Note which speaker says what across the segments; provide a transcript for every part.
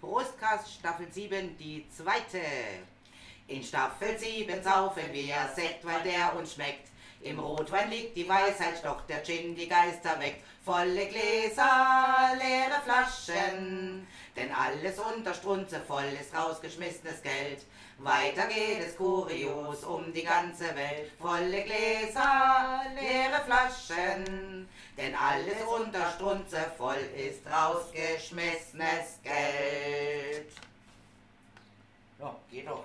Speaker 1: Podcast Staffel 7, die zweite. In Staffel 7 saufen wir Sekt, weil der uns schmeckt. Im Rotwein liegt die Weisheit, doch der Gin die Geister weckt. Volle Gläser, leere Flaschen, denn alles unter Strunze voll ist rausgeschmissenes Geld. Weiter geht es kurios um die ganze Welt. Volle Gläser, leere Flaschen, denn alles unter Strunze voll ist rausgeschmissenes Geld.
Speaker 2: Ja, geh doch.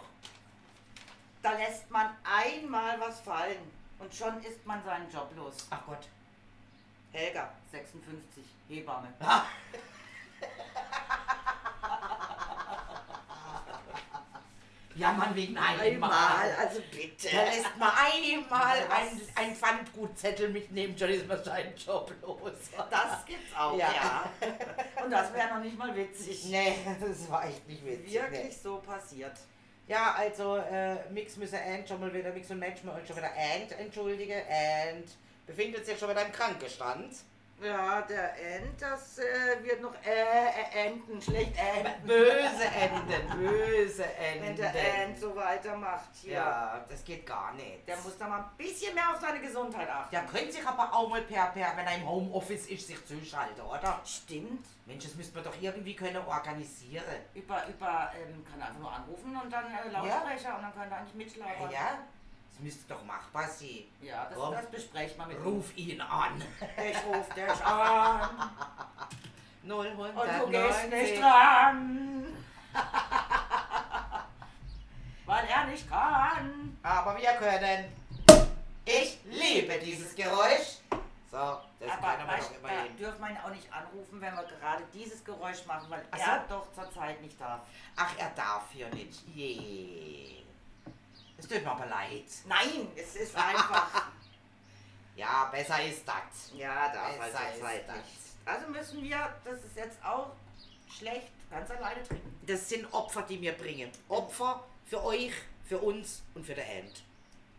Speaker 3: Da lässt man einmal was fallen und schon ist man seinen Job los.
Speaker 2: Ach Gott.
Speaker 3: Helga, 56, Hebamme.
Speaker 2: Ja, Mann, wegen einmal.
Speaker 3: also bitte.
Speaker 2: Da lässt man einmal
Speaker 3: Ja,
Speaker 2: ein,
Speaker 3: was?
Speaker 2: ein Pfandgutzettel mitnehmen, schon ist man seinen Job los.
Speaker 3: Das gibt's auch,
Speaker 2: Ja.
Speaker 3: ja. Und das wäre noch nicht mal witzig.
Speaker 2: Nee, das war echt nicht witzig.
Speaker 3: Wirklich
Speaker 2: nee.
Speaker 3: so passiert.
Speaker 2: Ja, also äh, Mix müsse and schon mal wieder, Mix und Match mal schon wieder and entschuldige. And befindet sich schon wieder im Krankenstand.
Speaker 3: Ja, der End, das äh, wird noch äh, äh, enden, schlecht enden.
Speaker 2: Böse Enden, böse
Speaker 3: Wenn
Speaker 2: Enden.
Speaker 3: der End so weitermacht hier.
Speaker 2: ja, das geht gar nicht.
Speaker 3: Der muss da mal ein bisschen mehr auf seine Gesundheit achten.
Speaker 2: Der könnte sich aber auch mal per, per wenn er im Homeoffice ist, sich zuschalten, oder?
Speaker 3: Stimmt.
Speaker 2: Mensch, das müsste man doch irgendwie können organisieren.
Speaker 3: Über, über, ähm, kann er einfach nur anrufen und dann äh, Lautsprecher und dann können wir eigentlich
Speaker 2: Ja,
Speaker 3: mitschlafen.
Speaker 2: ja, das müsste doch machbar sein.
Speaker 3: Ja, das,
Speaker 2: Komm.
Speaker 3: das besprechen wir mit ihm.
Speaker 2: Ruf ihn an.
Speaker 3: Ich ruf dich an und du gehst
Speaker 2: 090.
Speaker 3: nicht dran. Weil er nicht kann.
Speaker 2: Aber wir können. Ich liebe dieses Geräusch. So, das kann
Speaker 3: Aber
Speaker 2: aber
Speaker 3: weißt,
Speaker 2: doch
Speaker 3: da
Speaker 2: immerhin.
Speaker 3: dürfen wir ihn auch nicht anrufen, wenn wir gerade dieses Geräusch machen, weil
Speaker 2: Ach
Speaker 3: er doch zurzeit nicht darf.
Speaker 2: Ach, er darf hier nicht. Je. Es tut mir aber leid.
Speaker 3: Nein, es ist einfach.
Speaker 2: Ja, besser ist das.
Speaker 3: ja, darf
Speaker 2: Besser
Speaker 3: halt
Speaker 2: ist
Speaker 3: zurzeit
Speaker 2: das.
Speaker 3: nicht. Also müssen wir, das ist jetzt auch schlecht, ganz alleine trinken.
Speaker 2: Das sind Opfer, die wir bringen. Opfer für euch, für uns und für den End.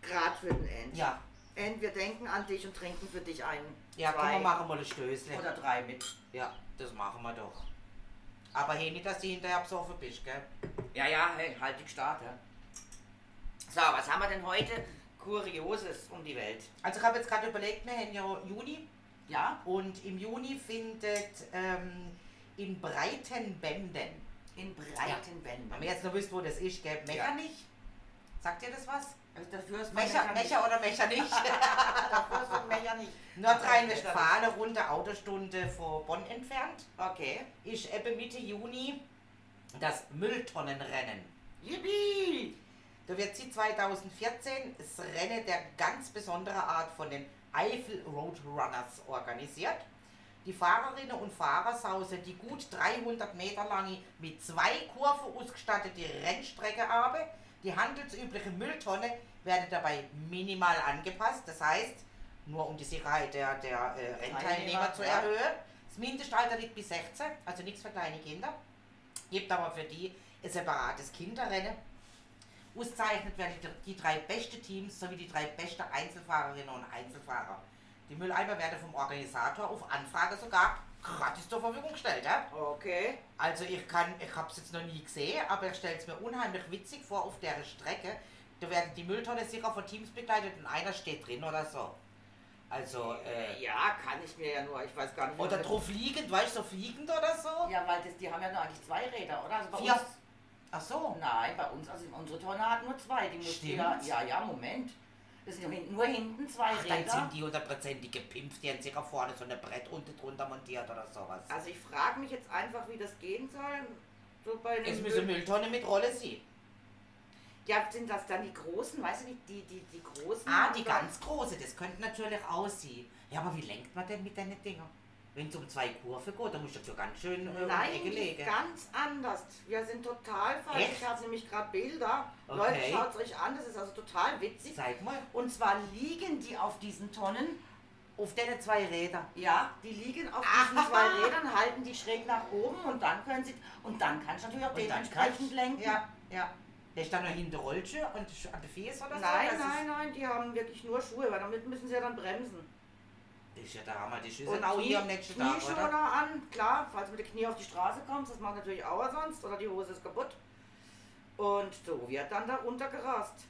Speaker 3: Gerade für den End.
Speaker 2: Ja.
Speaker 3: End, wir denken an dich und trinken für dich einen.
Speaker 2: Ja, komm,
Speaker 3: zwei
Speaker 2: wir machen mal ein Stößchen.
Speaker 3: Oder drei mit.
Speaker 2: Ja, das machen wir doch. Aber hey, nicht, dass du hinterher besoffen bist, gell?
Speaker 3: Ja, ja, hey, halt die Start, ja. So, was haben wir denn heute Kurioses um die Welt?
Speaker 2: Also ich habe jetzt gerade überlegt, wir haben ja Juni
Speaker 3: Ja,
Speaker 2: und im Juni findet ähm, in breiten Bänden,
Speaker 3: in breiten
Speaker 2: wenn
Speaker 3: Bänden.
Speaker 2: ihr jetzt noch wisst, wo das ist, gell? Mechernich? Sagt ihr das was?
Speaker 3: Also dafür ist
Speaker 2: Mecher, Mecher oder Mechernich?
Speaker 3: Dafür ist von Mecher nicht.
Speaker 2: Nordrhein-Westfalen, runde Autostunde von Bonn entfernt,
Speaker 3: Okay.
Speaker 2: ist eben Mitte Juni das Mülltonnenrennen.
Speaker 3: Yippie!
Speaker 2: Da wird sie 2014 das Rennen der ganz besonderen Art von den Eifel Roadrunners organisiert. Die Fahrerinnen und Fahrer sausen die gut 300 Meter lange, mit zwei Kurven ausgestattete Rennstrecke ab. Die handelsübliche Mülltonne werde dabei minimal angepasst, das heißt, nur um die Sicherheit der, der äh, Rennteilnehmer
Speaker 3: Teilnehmer,
Speaker 2: zu
Speaker 3: ja.
Speaker 2: erhöhen. Das Mindestalter liegt bis 16, also nichts für kleine Kinder. Gibt aber für die ein separates Kinderrennen. Ausgezeichnet werden die, die drei besten Teams sowie die drei besten Einzelfahrerinnen und Einzelfahrer. Die Mülleimer werden vom Organisator auf Anfrage sogar gratis zur Verfügung gestellt. Ja?
Speaker 3: Okay.
Speaker 2: Also ich kann, ich habe es jetzt noch nie gesehen, aber ich stelle es mir unheimlich witzig vor auf der Strecke. Da werden die Mülltonnen sicher von Teams begleitet und einer steht drin oder so. Also, äh,
Speaker 3: Ja, kann ich mir ja nur, ich weiß gar nicht. wie
Speaker 2: oder
Speaker 3: man-
Speaker 2: drauf liegend, weißt du, so fliegend oder so?
Speaker 3: Ja, weil das, die haben ja nur eigentlich zwei Räder, oder? Also bei
Speaker 2: Vier.
Speaker 3: uns.
Speaker 2: Ach so.
Speaker 3: Nein, bei uns, also unsere Tonne hat nur zwei. Die muss
Speaker 2: Stimmt.
Speaker 3: Ja, ja, ja, Moment. Das sind nur hinten, nur hinten zwei
Speaker 2: Ach, dann
Speaker 3: Räder.
Speaker 2: sind die hundertprozentig gepimpt, die haben sicher vorne so ein Brett unten drunter montiert oder sowas.
Speaker 3: Also ich frage mich jetzt einfach, wie das gehen soll. So bei
Speaker 2: Es
Speaker 3: den
Speaker 2: müsse
Speaker 3: Müll-
Speaker 2: Mülltonne mit Rolle sein.
Speaker 3: ja, sind das dann die großen, weißt du nicht, die, die, die großen?
Speaker 2: Ah, die
Speaker 3: oder-
Speaker 2: ganz große, das könnte natürlich aussehen. Ja, aber wie lenkt man denn mit deinen Dinger? Wenn es um zwei Kurven geht, dann musst du das ja ganz schön äh, um die
Speaker 3: Nein,
Speaker 2: Ecke
Speaker 3: die
Speaker 2: legen.
Speaker 3: ist ganz anders. Wir sind total falsch.
Speaker 2: Echt?
Speaker 3: Ich habe nämlich gerade Bilder.
Speaker 2: Okay.
Speaker 3: Leute, schaut es euch an, das ist also total witzig.
Speaker 2: Zeig mal.
Speaker 3: Und zwar liegen die auf diesen Tonnen.
Speaker 2: Auf deine zwei Räder.
Speaker 3: Ja, die liegen auf diesen zwei Rädern, halten die schräg nach oben und dann können sie. Und dann kannst du natürlich auch
Speaker 2: Und dann
Speaker 3: dementsprechend
Speaker 2: kannst-
Speaker 3: lenken.
Speaker 2: Ja, ja. Der ist dann noch hinter Rollschuhe und sch- an der Fies oder so?
Speaker 3: Nein,
Speaker 2: Das
Speaker 3: nein, nein, die haben wirklich nur Schuhe, weil damit müssen sie ja dann bremsen.
Speaker 2: Ist, Ist ja der Hammer, die Schüsse.
Speaker 3: Und
Speaker 2: Und auch
Speaker 3: Knie-
Speaker 2: hier am nächsten Tag,
Speaker 3: Knieschoner
Speaker 2: oder?
Speaker 3: an, klar, falls du mit den Knie auf die Straße kommst, das macht natürlich auch sonst, oder die Hose ist kaputt. Und so wird dann da runtergerast.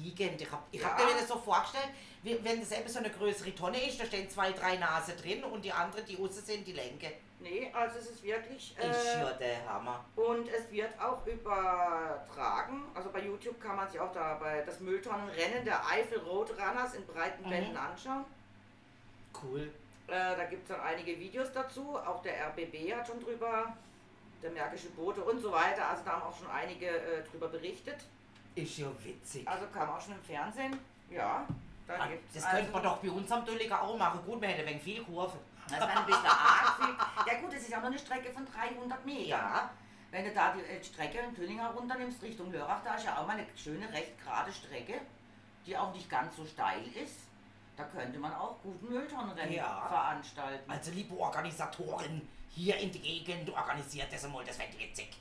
Speaker 2: Liegend. Ich habe ich
Speaker 3: Ja.
Speaker 2: hab mir das so vorgestellt, wie, wenn das eben so eine größere Tonne ist, da stehen zwei, drei Nase drin und die andere, die außen sind, die Lenke.
Speaker 3: Nee, also es ist wirklich.
Speaker 2: ist
Speaker 3: Äh,
Speaker 2: ja der Hammer.
Speaker 3: und es wird auch übertragen. Also bei YouTube kann man sich auch dabei das Mülltonnenrennen der Eifel Roadrunners in breiten
Speaker 2: Mhm.
Speaker 3: Bänden anschauen.
Speaker 2: Cool.
Speaker 3: Äh, da gibt es dann einige Videos dazu. Auch der RBB hat schon drüber, der Märkische Bote und so weiter. Also da haben auch schon einige äh, drüber berichtet.
Speaker 2: Ist ja witzig.
Speaker 3: Also kam auch schon im Fernsehen. Ja, da also
Speaker 2: Ah,
Speaker 3: gibt es.
Speaker 2: das könnte man doch bei uns am Dülliger auch machen. Gut, wir hätten wegen viel Kurve.
Speaker 3: Das war ein bisschen arg viel. Ja, gut, das ist ja nur eine Strecke von 300 Meter.
Speaker 2: Ja.
Speaker 3: Wenn du da die äh, Strecke in Tüllinger runternimmst Richtung Lörrach, da ist ja auch mal eine schöne, recht gerade Strecke, die auch nicht ganz so steil ist. Da könnte man auch guten Mülltonnenrennen
Speaker 2: Ja.
Speaker 3: veranstalten.
Speaker 2: Also, liebe Organisatoren, hier in der Gegend organisiert das einmal, das wird witzig.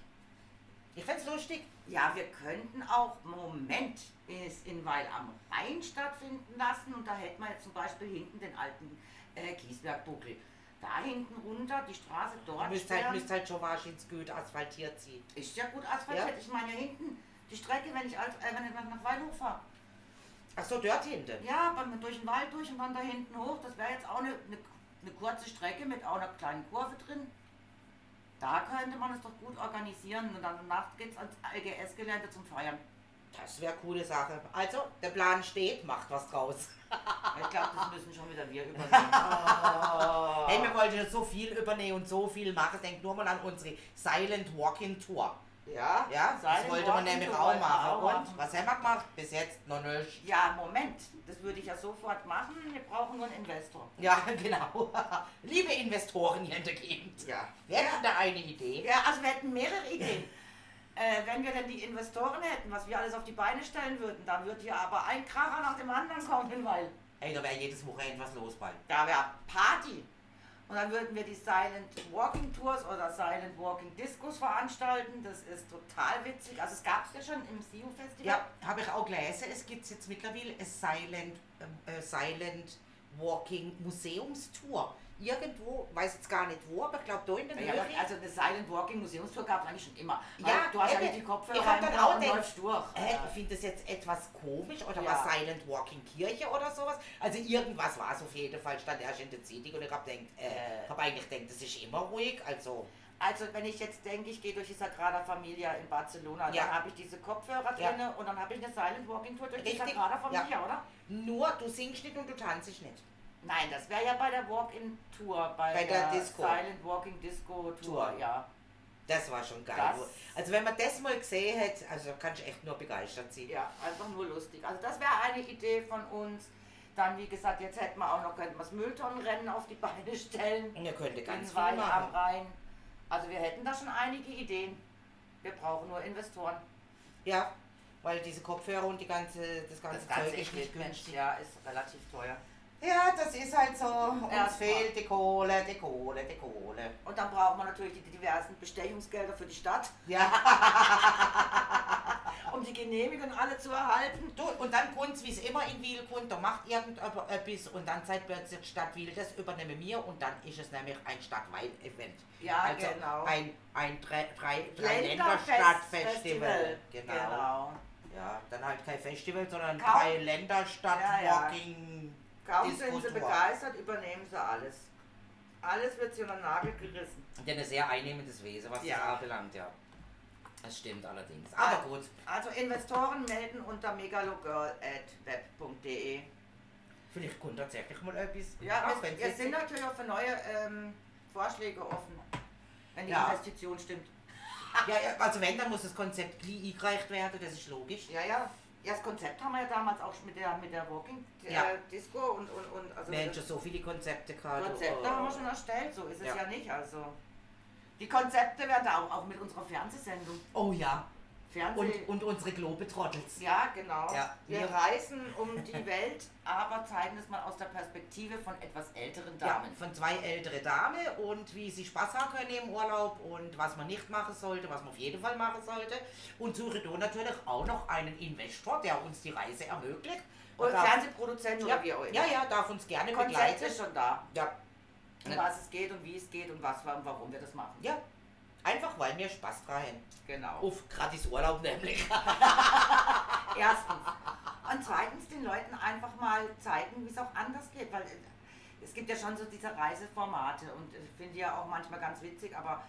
Speaker 2: Ich find's lustig.
Speaker 3: Ja, wir könnten auch Moment es in Weil am Rhein stattfinden lassen und da hätten wir jetzt zum Beispiel hinten den alten äh, Kiesbergbuckel. Da hinten runter, die Straße dort.
Speaker 2: Müsst halt,
Speaker 3: sperren.
Speaker 2: müsst halt schon wasch ins Gut asphaltiert sie.
Speaker 3: Ist ja gut asphaltiert.
Speaker 2: Ja.
Speaker 3: Ich meine ja hinten die Strecke, wenn ich, als, äh, wenn ich nach nach Waldhof fahre.
Speaker 2: Ach so, dort hinten.
Speaker 3: Ja, beim, durch den Wald durch und dann da hinten hoch. Das wäre jetzt auch eine, eine, eine kurze Strecke mit auch einer kleinen Kurve drin. Da könnte man es doch gut organisieren. Und dann nachts geht es ans LGS-Gelände zum Feiern.
Speaker 2: Das wäre coole Sache. Also, der Plan steht, macht was draus.
Speaker 3: Ich glaube, das müssen schon wieder wir übernehmen.
Speaker 2: Hey, wir wollten ja so viel übernehmen und so viel machen. Denkt nur mal an unsere Silent Walking Tour.
Speaker 3: Ja,
Speaker 2: Ja, das
Speaker 3: Silent
Speaker 2: wollte man
Speaker 3: Walking
Speaker 2: nämlich
Speaker 3: Tour
Speaker 2: auch
Speaker 3: wollten wir
Speaker 2: machen.
Speaker 3: auch
Speaker 2: Und
Speaker 3: machen.
Speaker 2: was haben wir gemacht? Bis jetzt noch nicht.
Speaker 3: ja, Moment. Das würde ich ja sofort machen. Wir brauchen nur einen Investor.
Speaker 2: Ja, genau. Liebe Investoren hier in der Gegend.
Speaker 3: Ja.
Speaker 2: Wer hat da eine Idee?
Speaker 3: Ja, also wir hätten mehrere Ideen. äh, wenn wir denn die Investoren hätten, was wir alles auf die Beine stellen würden, dann würde hier aber ein Kracher nach dem anderen kommen, weil
Speaker 2: Hey, da wäre jedes Wochenende was los bei.
Speaker 3: da wäre Party. Und dann würden wir die Silent Walking Tours oder Silent Walking Discos veranstalten. Das ist total witzig. Also es gab es ja schon im SEO Festival.
Speaker 2: Ja, habe ich auch gelesen. Es gibt jetzt mittlerweile eine Silent, ähm, äh, Silent Walking Museumstour. Irgendwo, weiß jetzt gar nicht wo, aber ich glaube da in der
Speaker 3: Naja,
Speaker 2: Nähe.
Speaker 3: aber also eine Silent Walking Museumstour gab es eigentlich schon immer.
Speaker 2: Ja,
Speaker 3: Weil du hast ja
Speaker 2: eben.
Speaker 3: nicht die Kopfhörer
Speaker 2: Ich hab
Speaker 3: im
Speaker 2: dann
Speaker 3: Ohr
Speaker 2: auch
Speaker 3: und
Speaker 2: den-
Speaker 3: läufst durch.
Speaker 2: Hä, ich finde das jetzt etwas komisch oder
Speaker 3: Ja.
Speaker 2: war Silent Walking Kirche oder sowas? Also irgendwas war es auf jeden Fall, stand erst in der Zeitung und ich habe äh,
Speaker 3: Äh.
Speaker 2: hab eigentlich gedacht, das ist immer ruhig, also...
Speaker 3: Also wenn ich jetzt denke, ich gehe durch die Sagrada Familia in Barcelona,
Speaker 2: Ja.
Speaker 3: dann habe ich diese Kopfhörer
Speaker 2: Ja.
Speaker 3: drinne und dann habe ich eine Silent Walking Tour durch die
Speaker 2: Richtig,
Speaker 3: Sagrada Familia, oder?
Speaker 2: Nur, du singst nicht und du tanzt nicht.
Speaker 3: Nein, das wäre ja bei der Walk-in Tour, bei,
Speaker 2: Bei der Disco.
Speaker 3: Silent Walking Disco Tour,
Speaker 2: Tour.
Speaker 3: ja.
Speaker 2: Das war schon geil.
Speaker 3: Das-
Speaker 2: also wenn man das mal gesehen hat, also da kann ich echt nur begeistert sein.
Speaker 3: Ja, einfach nur lustig. Also das wäre eine Idee von uns. Dann wie gesagt, jetzt hätten wir auch noch könnten wir das Mülltonnenrennen auf die Beine stellen.
Speaker 2: Und ihr könnte ganz
Speaker 3: in
Speaker 2: viel
Speaker 3: Weil am
Speaker 2: machen.
Speaker 3: Rhein. Also wir hätten da schon einige Ideen. Wir brauchen nur Investoren.
Speaker 2: Ja, weil diese Kopfhörer und die ganze, das ganze,
Speaker 3: Das ganze
Speaker 2: Zeug ist nicht
Speaker 3: Equipment
Speaker 2: günstig.
Speaker 3: ja, ist relativ teuer.
Speaker 2: Ja, das ist halt so. Uns
Speaker 3: Erstmal.
Speaker 2: fehlt die Kohle, die Kohle, die Kohle.
Speaker 3: Und dann braucht man natürlich die diversen Bestechungsgelder für die Stadt,
Speaker 2: Ja,
Speaker 3: um die Genehmigung alle zu erhalten.
Speaker 2: du, und dann kommt wie es immer in Wiel kommt, da macht irgendetwas und dann sagt plötzlich die Stadt Wiel, das übernehme mir und dann ist es nämlich ein Stadtwein-Event.
Speaker 3: Ja,
Speaker 2: also
Speaker 3: genau.
Speaker 2: ein, ein drei, drei, drei
Speaker 3: Länderfest-Festival.
Speaker 2: Länder-Stadtfestival. genau. Ja, dann halt kein Festival, sondern
Speaker 3: Kaum-
Speaker 2: drei Länder statt
Speaker 3: Ja, ja.
Speaker 2: Walking.
Speaker 3: Kaum
Speaker 2: Disco
Speaker 3: sind sie
Speaker 2: Tour.
Speaker 3: begeistert, übernehmen sie alles. Alles wird sie unter den Nagel gerissen.
Speaker 2: Denn ein sehr einnehmendes Wesen, was
Speaker 3: Ja.
Speaker 2: das anbelangt, ja. Das stimmt allerdings. Aber
Speaker 3: Ah.
Speaker 2: gut,
Speaker 3: Also Investoren melden unter megalogirl.web.de.
Speaker 2: vielleicht kommt tatsächlich mal etwas.
Speaker 3: Ja,
Speaker 2: Auch
Speaker 3: wir,
Speaker 2: wenn's
Speaker 3: wir
Speaker 2: jetzt-
Speaker 3: sind natürlich auch für neue ähm, Vorschläge offen, wenn die
Speaker 2: Ja.
Speaker 3: Investition stimmt.
Speaker 2: ja, ja, also wenn, dann muss das Konzept gleich eingereicht werden, das ist logisch.
Speaker 3: Ja, ja. Ja, das Konzept haben wir ja damals auch schon mit der, mit der Walking äh,
Speaker 2: Ja.
Speaker 3: Disco und, und, und also
Speaker 2: Wir haben
Speaker 3: das-
Speaker 2: schon so viele Konzepte gerade.
Speaker 3: Konzepte haben wir schon erstellt, so ist es
Speaker 2: äh, Ja.
Speaker 3: ja, nicht. Also die Konzepte werden auch, auch mit unserer Fernsehsendung.
Speaker 2: Oh ja.
Speaker 3: Fernsehen.
Speaker 2: Und, und unsere Globetrottels.
Speaker 3: ja, genau.
Speaker 2: Ja.
Speaker 3: Wir
Speaker 2: Ja.
Speaker 3: reisen um die Welt, aber zeigen es mal aus der Perspektive von etwas älteren
Speaker 2: Ja,
Speaker 3: Damen.
Speaker 2: von zwei ältere Damen und wie sie Spaß haben können im Urlaub und was man nicht machen sollte, was man auf jeden Fall machen sollte. Und suche da natürlich auch noch einen Investor, der uns die Reise ermöglicht.
Speaker 3: Und
Speaker 2: Darf-
Speaker 3: Fernsehproduzent
Speaker 2: ja,
Speaker 3: oder wie auch immer.
Speaker 2: ja, ja, darf uns gerne
Speaker 3: Konzept ist
Speaker 2: begleiten.
Speaker 3: schon da.
Speaker 2: Ja,
Speaker 3: Um was es geht und wie es geht und was wir und warum wir das machen.
Speaker 2: Genau. ja, einfach weil wir Spaß rein.
Speaker 3: Genau.
Speaker 2: Auf gratis Urlaub nämlich.
Speaker 3: Erstens. Und zweitens den Leuten einfach mal zeigen, wie es auch anders geht. Weil äh, es gibt ja schon so diese Reiseformate und ich finde die ja auch manchmal ganz witzig, aber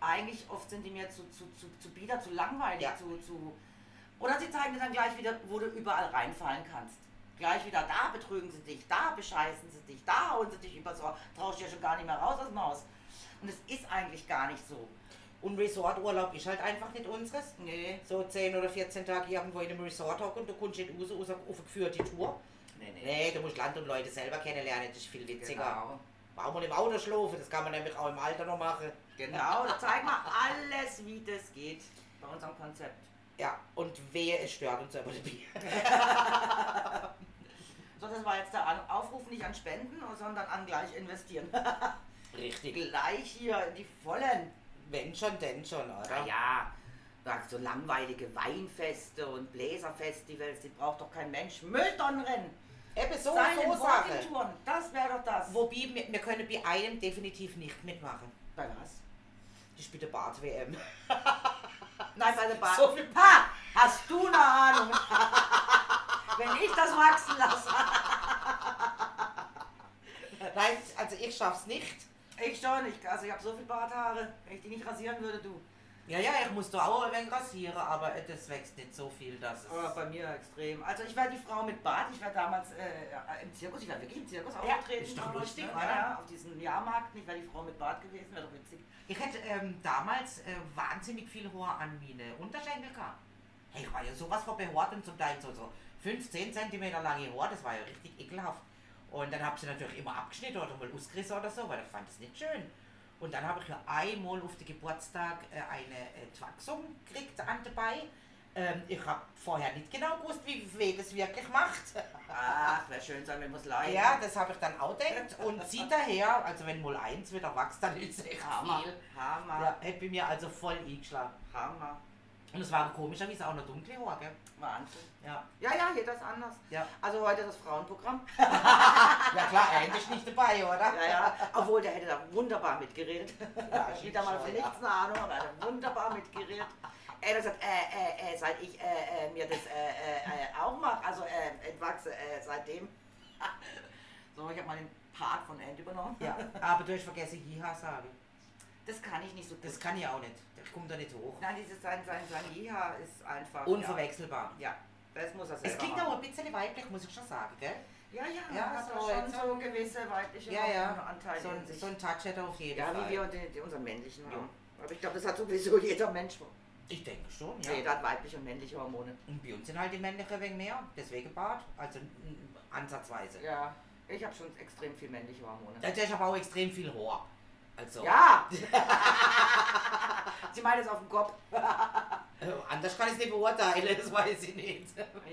Speaker 3: eigentlich oft sind die mir zu, zu, zu, zu bieder, zu langweilig,
Speaker 2: Ja.
Speaker 3: zu, zu. Oder sie zeigen dir dann gleich wieder, wo du überall reinfallen kannst. Gleich wieder, da betrügen sie dich, da bescheißen sie dich, da hauen sie dich übers Ohr, traust ja schon gar nicht mehr raus aus dem Haus. Und es ist eigentlich gar nicht so.
Speaker 2: Und Resorturlaub ist halt einfach nicht unseres.
Speaker 3: Nee.
Speaker 2: So 10 oder 14 Tage irgendwo in einem Resort hocken und du kommst nicht raus, außer auf eine geführte Tour.
Speaker 3: Nee, nee.
Speaker 2: Nee, du musst Land und Leute selber kennenlernen, das ist viel witziger.
Speaker 3: Genau.
Speaker 2: Warum man im Auto schlafen? Das kann man nämlich auch im Alter noch machen.
Speaker 3: Genau, da zeig mal alles, wie das geht bei unserem Konzept.
Speaker 2: Ja, und wehe, es stört uns aber dabei.
Speaker 3: So, das war jetzt der An- Aufruf nicht an Spenden, sondern an gleich investieren.
Speaker 2: Richtig.
Speaker 3: gleich hier in die vollen.
Speaker 2: Wenn schon, denn schon, oder?
Speaker 3: Naja, so langweilige Weinfeste und Bläserfestivals, die braucht doch kein Mensch. Mülltonnenrennen,
Speaker 2: Eben so, so
Speaker 3: seine
Speaker 2: Sache.
Speaker 3: Walking-Touren, das wäre doch das.
Speaker 2: Wobei, wir, wir können bei einem definitiv nicht mitmachen.
Speaker 3: Bei was?
Speaker 2: Das ist bei der Bart-WM.
Speaker 3: Nein, bei der Bahn.
Speaker 2: So viel-
Speaker 3: ha, hast du eine Ahnung? Wenn ich das wachsen lasse.
Speaker 2: Nein, also ich schaff's nicht.
Speaker 3: Ich schon, ich, also ich habe so viel Barthaare, wenn ich die nicht rasieren würde, du.
Speaker 2: Ja, ja, ich muss da auch ein wenig rasieren, aber äh, das wächst nicht so viel, dass es...
Speaker 3: Aber bei mir extrem. Also ich war die Frau mit Bart, ich war damals äh, im Zirkus, ich war wirklich im Zirkus aufgetreten.
Speaker 2: ist doch
Speaker 3: damals,
Speaker 2: lustig,
Speaker 3: ne?
Speaker 2: oder?
Speaker 3: Ja, auf diesem Jahrmarkt, ich war die Frau mit Bart gewesen, wäre doch witzig.
Speaker 2: Ich hätte ähm, damals äh, wahnsinnig viel Haar an meine Unterschenkel gehabt. Hey, ich war ja sowas von behaart und zum Teil so, so 15 cm lange Haar, das war ja richtig ekelhaft. Und dann habe ich sie natürlich immer abgeschnitten oder mal ausgerissen oder so, weil ich fand es nicht schön. Und dann habe ich ja einmal auf den Geburtstag äh, eine äh, Twachsum gekriegt an dabei. Ähm, ich habe vorher nicht genau gewusst, wie weh das wirklich macht.
Speaker 3: Ach, wäre schön sein, wenn man es leiden.
Speaker 2: Ja, das habe ich dann auch gedacht. Und sieht daher, also wenn mal eins wieder wächst, dann ist es echt
Speaker 3: Hammer,
Speaker 2: viel.
Speaker 3: Hammer,
Speaker 2: Ja, hat bei mir also voll eingeschlagen.
Speaker 3: Hammer.
Speaker 2: Und es waren komischerweise auch noch dunkle Haare, gell?
Speaker 3: Wahnsinn.
Speaker 2: Ja.
Speaker 3: Ja, ja, jeder ist anders.
Speaker 2: Ja,
Speaker 3: Also heute das Frauenprogramm.
Speaker 2: ja klar, er ist nicht dabei, oder?
Speaker 3: Ja, ja. Obwohl, der hätte da wunderbar mitgeredet.
Speaker 2: Ja,
Speaker 3: Ich wieder mal für
Speaker 2: ja.
Speaker 3: nichts eine Ahnung, aber er hat wunderbar mitgeredet. Er hat gesagt, äh, äh, äh, seit ich äh, äh, mir das äh, äh, äh, auch mache, also äh, entwachse, äh, seitdem. So, ich habe mal den Part von End übernommen.
Speaker 2: Ja, aber du hast vergessen, Jiha sagen.
Speaker 3: Das kann ich nicht so gut.
Speaker 2: Das kann ich auch nicht. Ich komme da nicht hoch.
Speaker 3: Nein, dieses sein, sein, sein Iha ist einfach.
Speaker 2: Unverwechselbar.
Speaker 3: Ja, ja das muss er selber
Speaker 2: Es klingt
Speaker 3: machen.
Speaker 2: auch ein bisschen weiblich, muss ich schon sagen, gell?
Speaker 3: Ja, ja,
Speaker 2: Ja,
Speaker 3: ja hat
Speaker 2: so,
Speaker 3: so, schon
Speaker 2: jetzt
Speaker 3: so gewisse weibliche Anteile
Speaker 2: So
Speaker 3: in
Speaker 2: ein,
Speaker 3: sich.
Speaker 2: so ein Touch hätte er auf jeden
Speaker 3: ja,
Speaker 2: Fall.
Speaker 3: wie wir und den, unseren männlichen
Speaker 2: Ja.
Speaker 3: haben. Aber ich glaube, das hat sowieso jeder Mensch.
Speaker 2: Ich denke schon, ja.
Speaker 3: Ja. Jeder hat weibliche und männliche Hormone.
Speaker 2: Und bei uns sind halt die männlichen wegen mehr. Deswegen Bart. Also mm, ansatzweise.
Speaker 3: Ja, ich habe schon extrem viel männliche Hormone.
Speaker 2: Das ist aber auch extrem viel Haar. Also,
Speaker 3: Ja! Sie meint es auf dem Kopf.
Speaker 2: äh, anders kann ich es nicht beurteilen, das weiß ich nicht.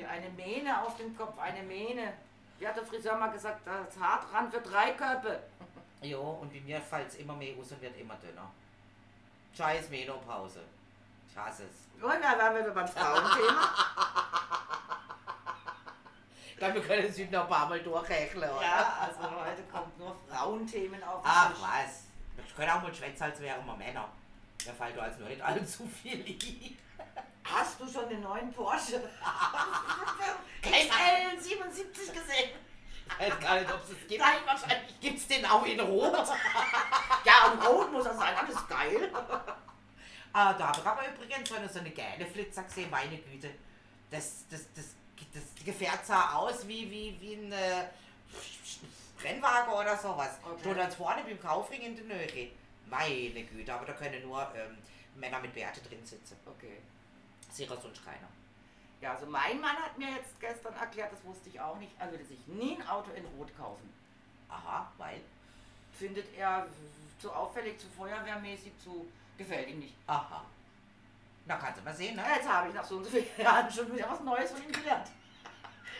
Speaker 3: Eine Mähne auf dem Kopf, eine Mähne. Wie hat der Friseur mal gesagt, das Haar dran für drei Köpfe.
Speaker 2: Ja, und bei mir fällt es immer mehr aus und wird immer dünner. Scheiß Menopause. Ich hasse es.
Speaker 3: Und da waren wir wieder beim Frauenthema.
Speaker 2: Ich glaube, wir können es heute noch ein paar Mal durchrechnen, oder?
Speaker 3: ja, also heute kommt nur Frauenthemen auf. den
Speaker 2: Ach
Speaker 3: Tisch.
Speaker 2: was. Ich könnte auch mal schwätzen, als wären wir Männer. Mir fällt da jetzt nur nicht allzu viel ein.
Speaker 3: Hast du schon den neuen Porsche
Speaker 2: Keine
Speaker 3: XL77 gesehen?
Speaker 2: Ich weiß gar nicht, ob es das gibt.
Speaker 3: Nein, wahrscheinlich.
Speaker 2: Gibt es den auch in Rot?
Speaker 3: Ja, und rot muss er sein, das ist geil.
Speaker 2: Ah, da habe ich aber übrigens schon so eine geile Flitzer gesehen, meine Güte. Das, das, das, das Gefährt sah aus wie, wie, wie ein äh, Rennwagen oder sowas.
Speaker 3: Okay.
Speaker 2: Steht ganz vorne beim Kaufring in der Nöre. Meine Güte, aber da können nur ähm, Männer mit Werte drin sitzen.
Speaker 3: Okay.
Speaker 2: Sicher sonst keiner.
Speaker 3: Ja, also mein Mann hat mir jetzt gestern erklärt, das wusste ich auch nicht, er würde sich nie ein Auto in Rot kaufen.
Speaker 2: Aha, weil?
Speaker 3: Findet er zu auffällig, zu feuerwehrmäßig, zu gefällt ihm nicht.
Speaker 2: Aha. Na, kannst du mal sehen, ne?
Speaker 3: Ja, Jetzt habe ich nach so und so vielen Jahren schon wieder was Neues von ihm gelernt.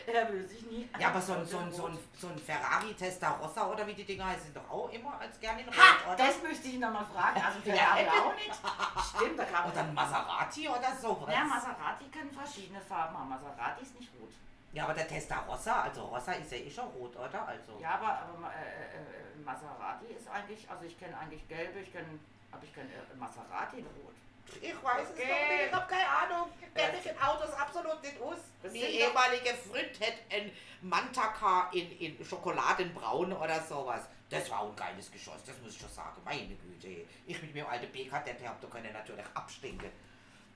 Speaker 3: Er will sich nie.
Speaker 2: Ja, aber so ein, so ein, so ein, so ein Ferrari Testarossa oder wie die Dinger heißen, sind doch auch immer als gerne in Rot,
Speaker 3: Ha!
Speaker 2: oder?
Speaker 3: Das müsste ich ihn dann mal fragen. Also Ferrari
Speaker 2: Ja.
Speaker 3: auch nicht. Stimmt, da kam
Speaker 2: Oder ein Maserati oder sowas.
Speaker 3: Ja, Maserati können verschiedene Farben haben. Maserati ist nicht rot.
Speaker 2: Ja, aber der Testarossa, also Rossa ist ja eh schon rot, oder? Also.
Speaker 3: Ja, aber, aber äh, äh, äh, Maserati ist eigentlich, also ich kenne eigentlich gelbe, ich kenne, aber ich kenne äh, Maserati in rot.
Speaker 2: Ich weiß es noch
Speaker 3: Okay. Äh.
Speaker 2: nicht, ich habe keine Ahnung. Ich kenne mich in Autos absolut nicht aus.
Speaker 3: Das eh-
Speaker 2: Mein
Speaker 3: sind doch-
Speaker 2: ehemaliger Freund hat ein Mantaka in, in Schokoladenbraun oder sowas. Das war ein geiles Geschoss, das muss ich schon sagen. Meine Güte. Ich mit meinem alten BK-Dent hab da können natürlich abstinken.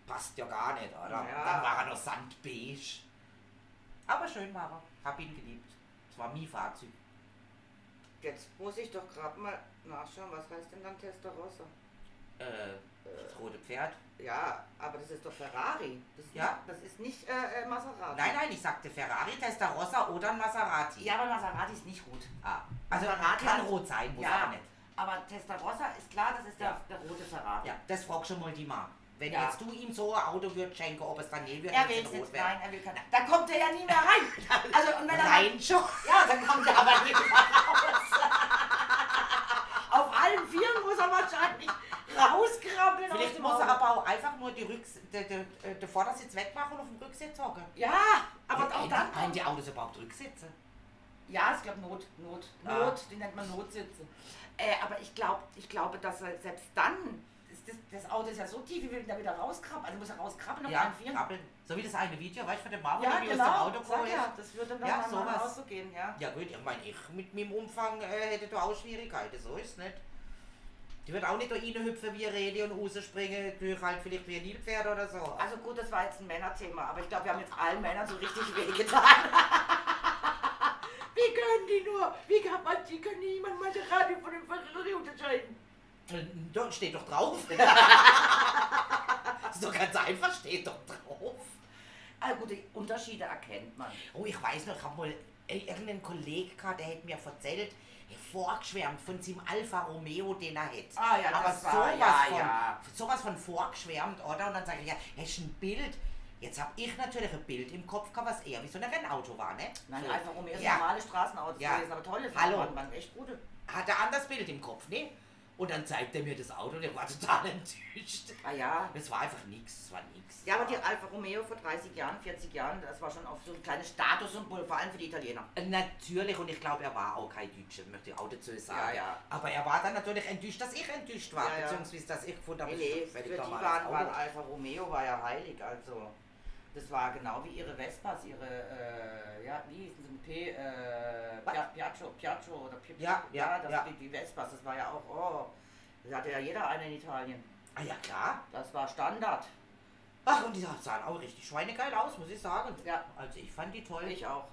Speaker 2: Passt ja gar nicht, oder?
Speaker 3: Ja.
Speaker 2: Dann war er noch sandbeige. Aber schön war er. Hab ihn geliebt. Es war mein Fahrzeug.
Speaker 3: Jetzt muss ich doch gerade mal nachschauen, was heißt denn dann Testarossa?
Speaker 2: Äh, das rote Pferd.
Speaker 3: Ja, aber das ist doch Ferrari. Das ist
Speaker 2: Ja.
Speaker 3: Nicht, das ist nicht äh, äh, Maserati.
Speaker 2: Nein, nein, ich sagte Ferrari, Testarossa oder ein Maserati.
Speaker 3: Ja, aber Maserati ist nicht rot.
Speaker 2: Ah, also
Speaker 3: Maserati
Speaker 2: kann
Speaker 3: hat-
Speaker 2: rot sein, muss
Speaker 3: Ja.
Speaker 2: aber nicht.
Speaker 3: Aber Testarossa ist klar, das ist der,
Speaker 2: Ja.
Speaker 3: der rote Ferrari.
Speaker 2: Ja, das fragst schon mal die Mann. Wenn
Speaker 3: Ja.
Speaker 2: jetzt du ihm so ein Auto würdest schenken, ob es dann nie wird,
Speaker 3: Er
Speaker 2: wenn
Speaker 3: will
Speaker 2: es
Speaker 3: es
Speaker 2: in
Speaker 3: nicht,
Speaker 2: wär.
Speaker 3: nein, er will keinen. Da kommt er ja nie mehr rein. Also, und wenn er
Speaker 2: Nein, schon.
Speaker 3: Ja, dann kommt er aber nicht mehr raus. Auf allen Vieren muss er wahrscheinlich rauskrabbeln. aus
Speaker 2: Vielleicht
Speaker 3: dem
Speaker 2: muss er
Speaker 3: Auto.
Speaker 2: aber auch einfach nur die Rücks de, de, äh, den Vordersitz wegmachen und auf dem Rücksitz hocken.
Speaker 3: Ja, aber auch dann.
Speaker 2: Haben die Autos überhaupt Rücksitze?
Speaker 3: Ja, ich glaube Not, Not,
Speaker 2: Ah.
Speaker 3: Not, den nennt man Notsitze. Äh, aber ich glaube, ich glaube, dass er selbst dann, ist das, das Auto ist ja so tief, wie will denn da wieder rauskrabbeln? Also muss er rauskrabbeln auf
Speaker 2: Ja,
Speaker 3: allen Vieren.
Speaker 2: krabbeln. So wie das eine Video, weißt du, von dem Marvel,
Speaker 3: Ja,
Speaker 2: wie
Speaker 3: genau.
Speaker 2: aus dem Auto
Speaker 3: Sag
Speaker 2: gekommen
Speaker 3: ja,
Speaker 2: ist.
Speaker 3: das würde dann
Speaker 2: Ja,
Speaker 3: mal
Speaker 2: sowas.
Speaker 3: raus so gehen, ja.
Speaker 2: Ja gut, ich meine, ich mit meinem Umfang äh, hätte da auch Schwierigkeiten, so ist nicht. Die wird auch nicht da reinhüpfen wie Rede und rausspringen, durch halt vielleicht wie ein Nilpferd oder so.
Speaker 3: Also gut, das war jetzt ein Männerthema, aber ich glaube, wir haben jetzt allen Männern so richtig wehgetan. Wie können die nur? Wie kann man, die können niemand Maserati von dem Ferrari unterscheiden?
Speaker 2: Dort steht Äh, doch drauf. ist doch ganz einfach, steht doch drauf.
Speaker 3: Ah gut, die Unterschiede erkennt man.
Speaker 2: Oh, ich weiß noch, ich habe mal ir- irgendeinen Kollegen gehabt, der hat mir erzählt, vorgeschwärmt von seinem Alfa Romeo, den er hätte.
Speaker 3: Ah ja,
Speaker 2: Aber
Speaker 3: das war-
Speaker 2: sowas,
Speaker 3: ja,
Speaker 2: von,
Speaker 3: ja.
Speaker 2: sowas von vorgeschwärmt, oder? Und dann sage ich, ja, hast du ein Bild? Jetzt habe ich natürlich ein Bild im Kopf gehabt, was eher wie so ein Rennauto war, ne?
Speaker 3: Nein,
Speaker 2: so.
Speaker 3: Alfa Romeo ist
Speaker 2: ja.
Speaker 3: normale Straßenautos
Speaker 2: Ja.
Speaker 3: gewesen, aber tolle
Speaker 2: Hallo.
Speaker 3: Waren, waren echt gute.
Speaker 2: Hat er anders Bild im Kopf, ne? Und dann zeigt er mir das Auto und ich war total enttäuscht.
Speaker 3: Ah ja.
Speaker 2: Es war einfach nichts, es war nichts.
Speaker 3: Ja, aber die Alfa Romeo vor 30 Jahren, 40 Jahren, das war schon auf so ein kleines Statussymbol, vor allem für die Italiener.
Speaker 2: Natürlich, und ich glaube, er war auch kein Deutscher, möchte ich auch dazu sagen.
Speaker 3: Ja, ja.
Speaker 2: Aber er war dann natürlich enttäuscht, dass ich enttäuscht war,
Speaker 3: Ja, ja.
Speaker 2: beziehungsweise dass ich gefunden habe,
Speaker 3: Nee,
Speaker 2: es
Speaker 3: nee,
Speaker 2: ist doch
Speaker 3: für
Speaker 2: völlig Oh.
Speaker 3: die waren,
Speaker 2: normales
Speaker 3: waren
Speaker 2: Auto.
Speaker 3: Alfa Romeo war ja heilig, also das war genau wie ihre Vespas, ihre, äh, ja, wie hießen sie mit P, äh,
Speaker 2: Was?
Speaker 3: Pia- Piaggio, Piaggio oder Pi
Speaker 2: Ja, ja,
Speaker 3: das,
Speaker 2: ja.
Speaker 3: Die, die Vespas, das war ja auch, oh, das hatte ja jeder eine in Italien,
Speaker 2: Ah ja, klar.
Speaker 3: das war Standard,
Speaker 2: Ach, und die sahen auch richtig schweinegeil aus, muss ich sagen.
Speaker 3: Ja.
Speaker 2: Also ich fand die toll.
Speaker 3: ich auch.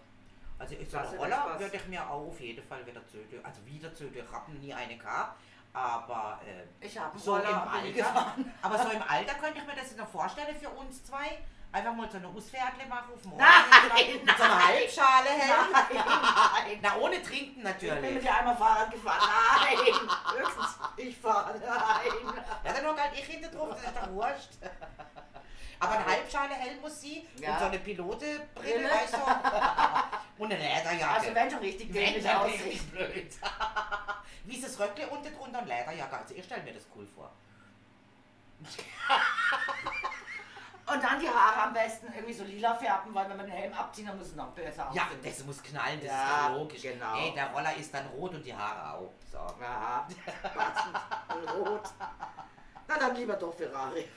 Speaker 2: also ich so
Speaker 3: Klasse,
Speaker 2: eine
Speaker 3: das
Speaker 2: Roller
Speaker 3: war's.
Speaker 2: würde ich mir auch auf jeden Fall wieder zögeln. Also wieder zögeln, ich habe nie eine gehabt. Aber, äh,
Speaker 3: Ich habe
Speaker 2: so
Speaker 3: Roller
Speaker 2: im
Speaker 3: und bin
Speaker 2: Alter,
Speaker 3: gefahren.
Speaker 2: aber so im Alter könnte ich mir das noch vorstellen für uns zwei. Einfach mal so eine Usfährtle machen auf dem Roller.
Speaker 3: Nein,
Speaker 2: Mit so einer Halbschale helfen.
Speaker 3: Nein,
Speaker 2: Na, ohne trinken
Speaker 3: ich bin mit
Speaker 2: natürlich.
Speaker 3: dir einmal Fahrrad gefahren, nein, höchstens ich fahre, nein.
Speaker 2: Ja, dann noch halt ich hinten drauf, das ist doch wurscht. Aber eine Halbschale hell muss sie und
Speaker 3: Ja.
Speaker 2: so eine Pilotebrille,
Speaker 3: Brille.
Speaker 2: weißt du. Und eine Lederjacke.
Speaker 3: Also wenn schon richtig
Speaker 2: Wenn,
Speaker 3: dämlich
Speaker 2: dann
Speaker 3: aussieht.
Speaker 2: richtig blöd. Wie ist das Röckle unten drunter und Lederjacke? Also ich stelle mir das cool vor.
Speaker 3: Und dann die Haare am besten irgendwie so lila färben, weil wenn man den Helm abzieht, dann muss es noch besser
Speaker 2: Ja,
Speaker 3: aussehen.
Speaker 2: das muss knallen, das
Speaker 3: Ja,
Speaker 2: ist doch logisch.
Speaker 3: genau.
Speaker 2: Ey, der Roller ist dann rot und die Haare auch. So.
Speaker 3: Aha, passend. Rot. Na dann lieber doch Ferrari.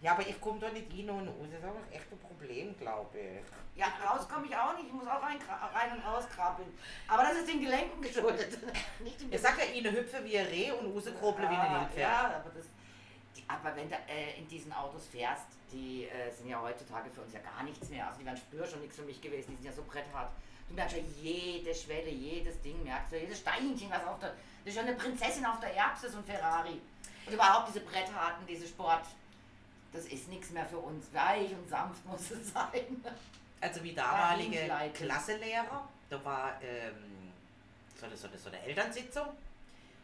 Speaker 2: Ja, aber ich komme doch nicht hin und raus. Das ist auch echt ein Problem, glaube ich.
Speaker 3: Ja, raus komme ich auch nicht. Ich muss auch rein, rein und raus krabbeln. Aber das ist den Gelenken geschuldet. Nicht dem
Speaker 2: Ich sag ja, ihnen hüpfe wie ein Reh und Usekroble wie
Speaker 3: Ah,
Speaker 2: ein Nilpferd.
Speaker 3: Ja, aber, das, die, aber wenn du äh, in diesen Autos fährst, die äh, sind ja heutzutage für uns ja gar nichts mehr. Also die wären spür schon nichts für mich gewesen, die sind ja so bretthart. Du merkst ja jede Schwelle, jedes Ding, merkst du, jedes Steinchen, was auf der. Das ist ja eine Prinzessin auf der Erbse, so ein Ferrari. Und überhaupt diese Brettharten, diese Sport. Das ist nichts mehr für uns. Weich und sanft muss es sein.
Speaker 2: Also wie damalige
Speaker 3: Dahinleiten.
Speaker 2: Klassenlehrer, da war ähm, so, eine, so, eine, so eine Elternsitzung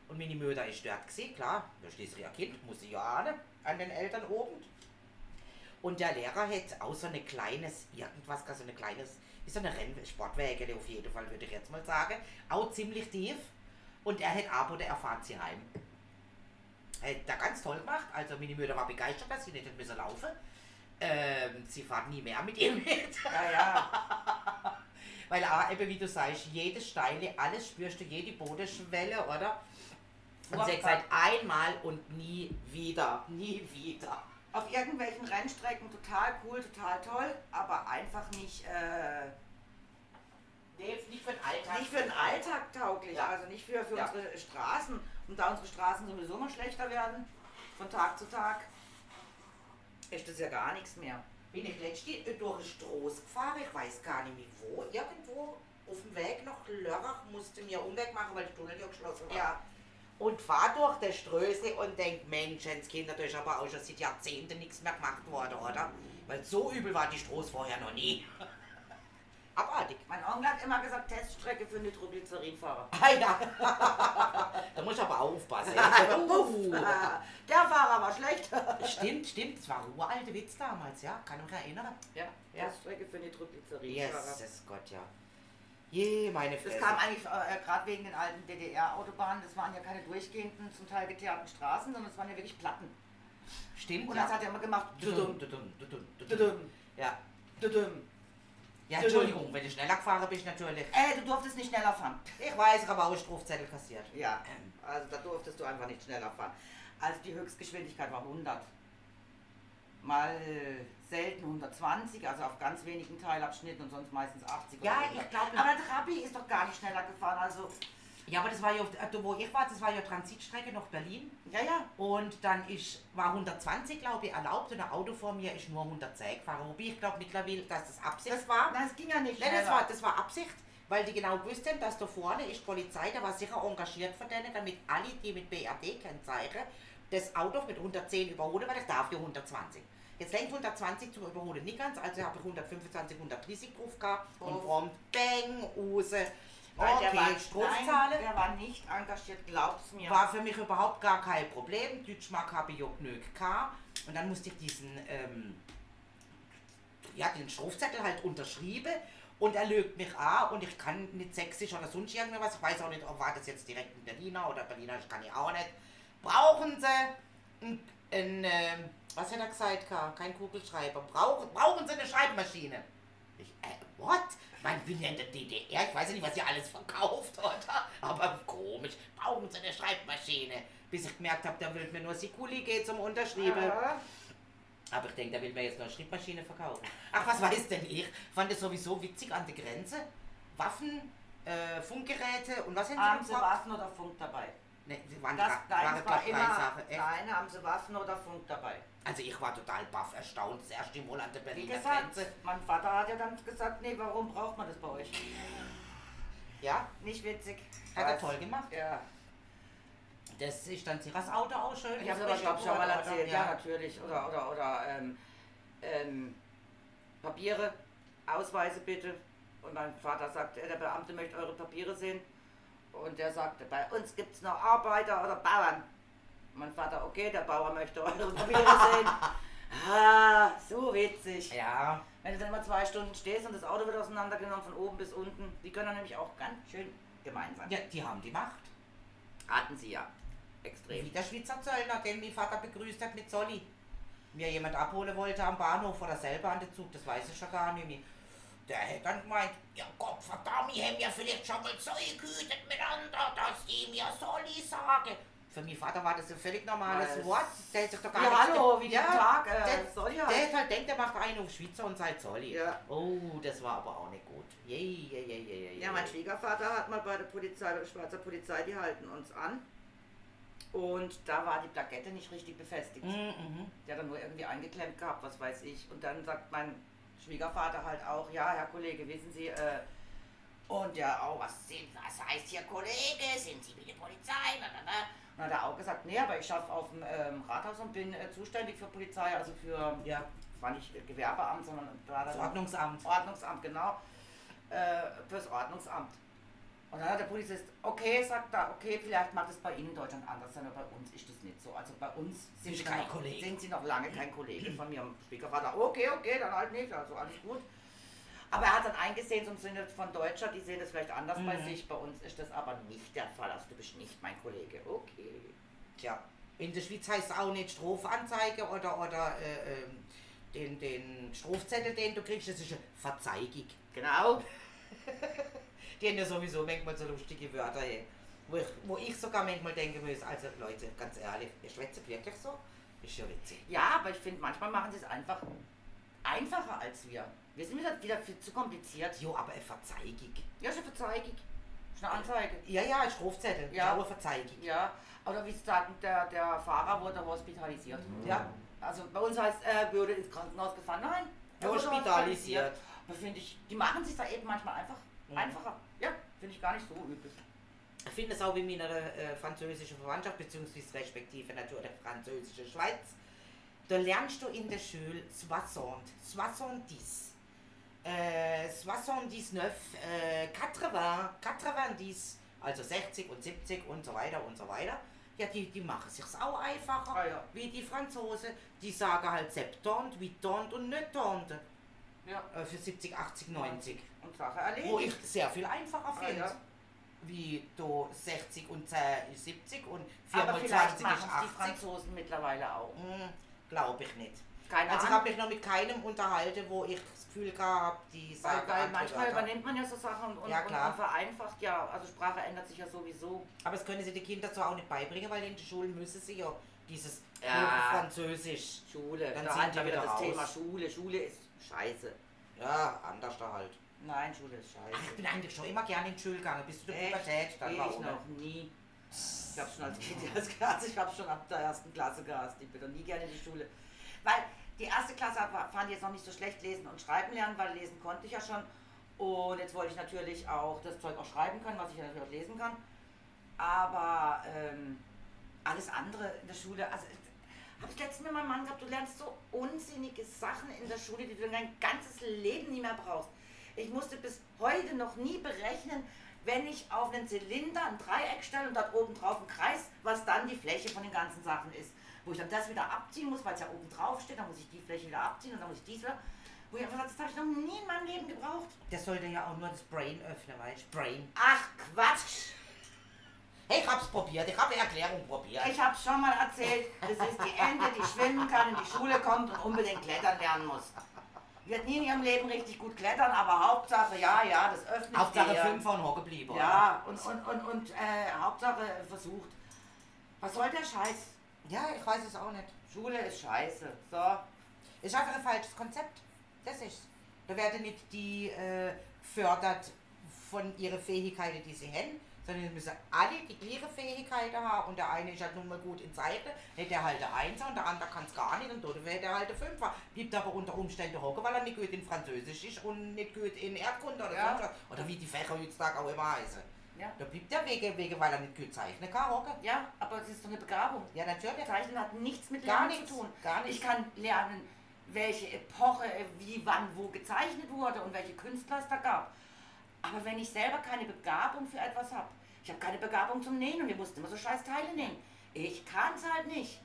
Speaker 2: und meine Mutter ist dort gewesen, klar, wir schließlich ihr Kind, muss sie ja ahnen, an den Eltern oben. Und der Lehrer hätte auch so ein kleines, irgendwas, so ein kleines, wie so eine Rennsportwägele auf jeden Fall, würde ich jetzt mal sagen. Auch ziemlich tief. Und er hätte ab oder er fährt sie heim. Hat da ganz toll gemacht. Also meine Mutter war begeistert, dass sie nicht hätte müssen laufen. Ähm, sie fährt nie mehr mit ihm mit.
Speaker 3: Ja, ja.
Speaker 2: Weil auch eben, wie du sagst, jede Steile, alles spürst du, jede Bodenschwelle, oder? Und
Speaker 3: Wow.
Speaker 2: sie hat gesagt, einmal und nie wieder. Nie wieder.
Speaker 3: Auf irgendwelchen Rennstrecken total cool, total toll, aber einfach nicht, äh,
Speaker 2: Nee, nicht für den Alltag.
Speaker 3: nicht für den Alltag tauglich,
Speaker 2: Ja.
Speaker 3: also nicht für, für
Speaker 2: Ja.
Speaker 3: unsere Straßen. Und da unsere Straßen sowieso immer schlechter werden, von Tag zu Tag, ist das ja gar nichts mehr.
Speaker 2: Bin ich letztens durch den Stroß gefahren, ich weiß gar nicht mehr wo, irgendwo auf dem Weg nach Lörrach musste mir Umweg machen, weil der Tunnel ja geschlossen war.
Speaker 3: Ja,
Speaker 2: Und fahr durch der Ströße und denk, Menschenskinder, das ist aber auch schon seit Jahrzehnten nichts mehr gemacht worden, oder? Weil so übel war die Stroß vorher noch nie. Abartig.
Speaker 3: mein Onkel hat immer gesagt, Teststrecke für Nitroglycerinfahrer.
Speaker 2: Ah ja. da musst du aber aufpassen.
Speaker 3: Puff, äh, der Fahrer war schlecht.
Speaker 2: stimmt, stimmt, das war ein uralte Witz damals, ja, kann mich erinnern.
Speaker 3: Ja,
Speaker 2: Ja.
Speaker 3: Teststrecke für Nitroglycerinfahrer.
Speaker 2: Jesus Gott, ja. Je, meine
Speaker 3: Das
Speaker 2: Fresse.
Speaker 3: kam eigentlich äh, gerade wegen den alten DDR-Autobahnen. Das waren ja keine durchgehenden, zum Teil geteerten Straßen, sondern es waren ja wirklich Platten.
Speaker 2: Stimmt,
Speaker 3: Und
Speaker 2: ja.
Speaker 3: das hat er immer gemacht.
Speaker 2: Dudum,
Speaker 3: Dudum,
Speaker 2: dudum, dudum, dudum.
Speaker 3: dudum,
Speaker 2: Ja.
Speaker 3: dudum.
Speaker 2: ja, Entschuldigung, wenn du schneller gefahren bist, natürlich.
Speaker 3: Ey, Äh, du durftest nicht schneller fahren.
Speaker 2: Ich weiß, ich habe auch Strafzettel kassiert.
Speaker 3: Ja, also da durftest du einfach nicht schneller fahren. Also die Höchstgeschwindigkeit war 100. Mal selten 120, also auf ganz wenigen Teilabschnitten und sonst meistens 80.
Speaker 2: Ja,
Speaker 3: oder
Speaker 2: ich
Speaker 3: 100.
Speaker 2: glaub-
Speaker 3: Aber der Trabi ist doch gar nicht schneller gefahren. Also,
Speaker 2: Ja, aber das war ja, auf, äh, wo ich war, das war ja Transitstrecke nach Berlin.
Speaker 3: ja, ja.
Speaker 2: Und dann ist, war 120, glaube ich, erlaubt und ein Auto vor mir ist nur 110 gefahren. Wobei ich glaube mittlerweile, dass das Absicht war.
Speaker 3: Nein, es ging ja nicht
Speaker 2: Nein,
Speaker 3: schneller.
Speaker 2: das war, das war Absicht, weil die genau wussten, dass da vorne ist die Polizei, da war sicher engagiert von denen, damit alle, die mit BRD-Kennzeichen, das Auto mit 110 überholen, weil das darf ja 120. Jetzt lenkt 120 zum Überholen nicht ganz, also habe ich 125, 130 drauf gehabt und
Speaker 3: Drauf.
Speaker 2: prompt bang, use.
Speaker 3: Weil
Speaker 2: Okay,
Speaker 3: der war,
Speaker 2: Strafzahlen
Speaker 3: Nein, der war nicht engagiert, glaub's mir.
Speaker 2: war für mich überhaupt gar kein Problem. Deutschmark habe ich ja genug gehabt. Und dann musste ich diesen, ähm, ja, den Strafzettel halt unterschrieben. Und er lügt mich an und ich kann nicht sächsisch oder sonst irgendwas. Ich weiß auch nicht, ob war das jetzt direkt ein Berliner oder Berliner, ich kann ich auch nicht. Brauchen Sie ein, ein ähm, was hat er gesagt, gehabt? kein Kugelschreiber. Brauchen, brauchen Sie eine Schreibmaschine? Ich, äh, what? Man bin ja in der DDR, ich weiß ja nicht, was ihr alles verkauft, oder? Aber komisch, brauchen Sie eine Schreibmaschine? Bis ich gemerkt habe, der will mir nur Sikuli geht zum Unterschreiben.
Speaker 3: Ja.
Speaker 2: Aber ich denke, der will mir jetzt noch eine Schreibmaschine verkaufen. Ach, was weiß denn ich? Fand es sowieso witzig an der Grenze. Waffen, äh, Funkgeräte und was haben
Speaker 3: Haben
Speaker 2: sie
Speaker 3: sie
Speaker 2: noch gesagt?
Speaker 3: Waffen oder Funk dabei?
Speaker 2: Nee, die waren
Speaker 3: Das,
Speaker 2: gra-
Speaker 3: deins
Speaker 2: waren
Speaker 3: war
Speaker 2: grad
Speaker 3: immer,
Speaker 2: drei Sachen, echt.
Speaker 3: deine haben sie Waffen oder Funk dabei.
Speaker 2: Also ich war total baff, erstaunt, das erste Mal an der
Speaker 3: Wie
Speaker 2: Berliner
Speaker 3: gesagt,
Speaker 2: Grenze.
Speaker 3: mein Vater hat ja dann gesagt, nee, warum braucht man das bei euch?
Speaker 2: Ja,
Speaker 3: Nicht witzig.
Speaker 2: hat er
Speaker 3: Was?
Speaker 2: toll gemacht.
Speaker 3: Ja,
Speaker 2: Das ist dann Siras Auto auch schön.
Speaker 3: ich habe aber glaube ich schon mal
Speaker 2: Oder-
Speaker 3: erzählt, ja,
Speaker 2: ja.
Speaker 3: natürlich. Oder, oder, oder ähm, ähm, Papiere, Ausweise bitte. Und mein Vater sagt, äh, der Beamte möchte eure Papiere sehen. Und der sagte, bei uns gibt es noch Arbeiter oder Bauern. Mein Vater, okay, der Bauer möchte eure Papiere sehen. Ah, so witzig.
Speaker 2: Ja,
Speaker 3: Wenn du dann mal zwei Stunden stehst und das Auto wird auseinandergenommen von oben bis unten, die können dann nämlich auch ganz schön gemein sein.
Speaker 2: ja, die haben die Macht.
Speaker 3: Hatten sie ja. Extrem.
Speaker 2: Wie der Schweizer Zöllner, den mein Vater begrüßt hat mit Solli. Mir jemand abholen wollte am Bahnhof oder selber an den Zug, das weiß ich schon gar nicht mehr. Der hätte dann gemeint, ja Gott verdammt, ich hätte mir vielleicht schon mal so gehütet miteinander, dass die mir Solli sagen. Für meinen Vater war das ein völlig normales
Speaker 3: Weil-
Speaker 2: Wort. Der hätte sich doch gar
Speaker 3: Ja,
Speaker 2: nichts-
Speaker 3: hallo, wie guten Tag, äh,
Speaker 2: der,
Speaker 3: Solli
Speaker 2: der
Speaker 3: halt.
Speaker 2: hätte halt denkt, er macht einen auf Schweizer und sagt Solli.
Speaker 3: Ja.
Speaker 2: Oh, das war aber auch nicht gut. Je, je, je, je, je, je.
Speaker 3: Ja, mein Schwiegervater hat mal bei der Polizei, bei der Schweizer Polizei, die halten uns an. Und da war die Plakette nicht richtig befestigt.
Speaker 2: Mhm, mhm.
Speaker 3: Die hat er nur irgendwie eingeklemmt gehabt, was weiß ich. Und dann sagt mein Schwiegervater halt auch, ja, Herr Kollege, wissen Sie, äh, und ja, auch, was, Sie, was heißt hier Kollege? Sind Sie wieder Polizei? Na, na, na. Und dann hat er auch gesagt, nee, aber ich schaffe auf dem ähm, Rathaus und bin äh, zuständig für Polizei, also für,
Speaker 2: Ja,
Speaker 3: war nicht äh, Gewerbeamt, sondern war
Speaker 2: das
Speaker 3: dann
Speaker 2: Ordnungsamt.
Speaker 3: Ordnungsamt, genau, äh, fürs Ordnungsamt. Und dann hat der Polizist, okay, sagt er, okay, vielleicht mag das bei Ihnen in Deutschland anders sein, aber bei uns ist das nicht so. Also bei uns sind,
Speaker 2: Sie
Speaker 3: Sie,
Speaker 2: kein
Speaker 3: noch,
Speaker 2: Kollege.
Speaker 3: sind Sie noch lange kein Kollege von mir. Und Schwiegervater, okay, okay, dann halt nicht, also alles gut. Aber er hat dann eingesehen, so im Sinne von Deutscher, die sehen das vielleicht anders bei
Speaker 2: Mhm.
Speaker 3: sich, bei uns ist das aber nicht der Fall. Also du bist nicht mein Kollege, okay.
Speaker 2: Tja, in der Schweiz heißt es auch nicht Strofanzeige oder, oder äh, ähm, den, den Strafzettel, den du kriegst, das ist eine Verzeigung.
Speaker 3: Genau.
Speaker 2: Die haben ja sowieso manchmal so lustige Wörter, ey. Wo ich, wo ich sogar manchmal denken muss, also Leute, ganz ehrlich, ihr schwätzt wirklich so? Ist ja witzig.
Speaker 3: Ja, aber ich finde, manchmal machen sie es einfach einfacher als wir. Wir sind halt wieder, wieder viel zu kompliziert.
Speaker 2: Jo, aber eine Verzeigung.
Speaker 3: Ja, schon verzeigig. Schon eine Anzeige.
Speaker 2: Ja, ja, ein Strafzettel.
Speaker 3: Ja.
Speaker 2: aber Verzeigung.
Speaker 3: Ja, oder wie sie sagen, der, der Fahrer wurde hospitalisiert.
Speaker 2: Ja.
Speaker 3: Also bei uns heißt, er würde ins Krankenhaus gefahren. Nein, er wurde
Speaker 2: Hospitalisiert.
Speaker 3: Aber finde ich, die machen sich da eben manchmal einfach
Speaker 2: Mhm.
Speaker 3: einfacher. Ja, finde ich gar nicht so übel.
Speaker 2: Ich finde es auch wie in meiner äh, französischen Verwandtschaft, beziehungsweise respektive Natur der französischen Schweiz. Da lernst du in der Schule 60, 70, äh, 79, äh, 80, 90, also 60 und 70 und so weiter und so weiter. Ja, die, die machen sich's auch einfacher,
Speaker 3: Ah, ja.
Speaker 2: wie die Franzosen. Die sagen halt septant, wie tant und nicht tant.
Speaker 3: Ja.
Speaker 2: Äh, für 70, 80, 90.
Speaker 3: Und Sache
Speaker 2: Wo ich
Speaker 3: erledigt.
Speaker 2: sehr viel einfacher
Speaker 3: Ah,
Speaker 2: finde.
Speaker 3: ja.
Speaker 2: Wie du 60 und 10 ist 70 und 4
Speaker 3: Aber
Speaker 2: mal 20
Speaker 3: vielleicht
Speaker 2: ist
Speaker 3: machen es die
Speaker 2: 80.
Speaker 3: Franzosen mittlerweile auch.
Speaker 2: Hm, Glaube ich nicht.
Speaker 3: Keine
Speaker 2: Also ich
Speaker 3: Ahnung.
Speaker 2: habe mich noch mit keinem unterhalten, wo ich das Gefühl gehabt die
Speaker 3: Weil,
Speaker 2: sagen
Speaker 3: weil
Speaker 2: andere
Speaker 3: manchmal
Speaker 2: Wörter.
Speaker 3: übernimmt man ja so Sachen und, und,
Speaker 2: Ja,
Speaker 3: und,
Speaker 2: klar.
Speaker 3: und vereinfacht ja. Also Sprache ändert sich ja sowieso.
Speaker 2: Aber das können sie den Kindern zwar auch nicht beibringen, weil in den Schulen müssen sie ja dieses
Speaker 3: Ja.
Speaker 2: Französisch.
Speaker 3: Schule,
Speaker 2: Dann
Speaker 3: da
Speaker 2: sind
Speaker 3: hat
Speaker 2: die
Speaker 3: man wieder
Speaker 2: wieder
Speaker 3: das
Speaker 2: raus.
Speaker 3: Thema Schule. Schule ist scheiße.
Speaker 2: Ja, anders da halt.
Speaker 3: Nein, Schule ist
Speaker 2: Ach, ich
Speaker 3: scheiße.
Speaker 2: bin eigentlich schon immer gerne in die Schule gegangen, bis zu der
Speaker 3: Echt?
Speaker 2: Pubertät. Dann
Speaker 3: Geh
Speaker 2: war
Speaker 3: ich
Speaker 2: ohne.
Speaker 3: noch nie. Ich habe schon als Kind die erste Klasse, ich habe schon ab der ersten Klasse gehasst. Ich bin noch nie gerne in die Schule. Weil die erste Klasse war- fand ich jetzt noch nicht so schlecht lesen und schreiben lernen, weil lesen konnte ich ja schon. Und jetzt wollte ich natürlich auch das Zeug auch schreiben können, was ich ja natürlich auch lesen kann. Aber ähm, alles andere in der Schule, also habe ich letztens mit meinem Mann gehabt, du lernst so unsinnige Sachen in der Schule, die du dein ganzes Leben nie mehr brauchst. Ich musste bis heute noch nie berechnen, wenn ich auf einen Zylinder ein Dreieck stelle und dort oben drauf einen Kreis, was dann die Fläche von den ganzen Sachen ist. Wo ich dann das wieder abziehen muss, weil es ja oben drauf steht, dann muss ich die Fläche wieder abziehen und dann muss ich dies wieder. Wo ich einfach sage, das habe ich noch nie in meinem Leben gebraucht.
Speaker 2: Das sollte ja auch nur das Brain öffnen, weißt du? Brain.
Speaker 3: Ach Quatsch!
Speaker 2: Hey, ich hab's probiert, ich habe eine Erklärung probiert.
Speaker 3: Ich habe schon mal erzählt, das ist die Ente, die schwimmen kann, in die Schule kommt und unbedingt klettern lernen muss. Wird nie in ihrem Leben richtig gut klettern, aber Hauptsache, ja, ja, das öffnet
Speaker 2: Hauptsache
Speaker 3: dir.
Speaker 2: 5 von hocken geblieben.
Speaker 3: Ja, und, und, und, und äh, Hauptsache versucht. Was soll der Scheiß?
Speaker 2: Ja, ich weiß es auch nicht.
Speaker 3: Schule ist scheiße. So.
Speaker 2: Ist einfach ein falsches Konzept. Das ist. Da werden nicht die äh, gefördert von ihren Fähigkeiten, die sie haben, sondern sie müssen alle die gleichen Fähigkeiten haben. Und der eine ist halt nun mal gut in Seite, nicht der halt der Einser und der andere kann es gar nicht und dort wäre der halt der Fünfer. Bleibt aber unter Umständen hocken, weil er nicht gut in Französisch ist und nicht gut in Erdkunde oder
Speaker 3: Ja.
Speaker 2: sonst was. Oder wie die Fächer heutzutage auch immer heißen.
Speaker 3: Ja.
Speaker 2: Da bleibt der Wege, Wege, weil er nicht gut zeichnen kann, hocken.
Speaker 3: ja, aber es ist doch eine Begabung.
Speaker 2: Ja, natürlich.
Speaker 3: Zeichnen hat nichts mit
Speaker 2: Gar
Speaker 3: Lernen
Speaker 2: nichts,
Speaker 3: zu tun.
Speaker 2: gar nichts.
Speaker 3: Ich kann lernen, welche Epoche, äh, wie, wann, wo gezeichnet wurde und welche Künstler es da gab. Aber wenn ich selber keine Begabung für etwas habe, ich habe keine Begabung zum Nähen und wir mussten immer so scheiß Teile nähen. Ich kann es halt nicht.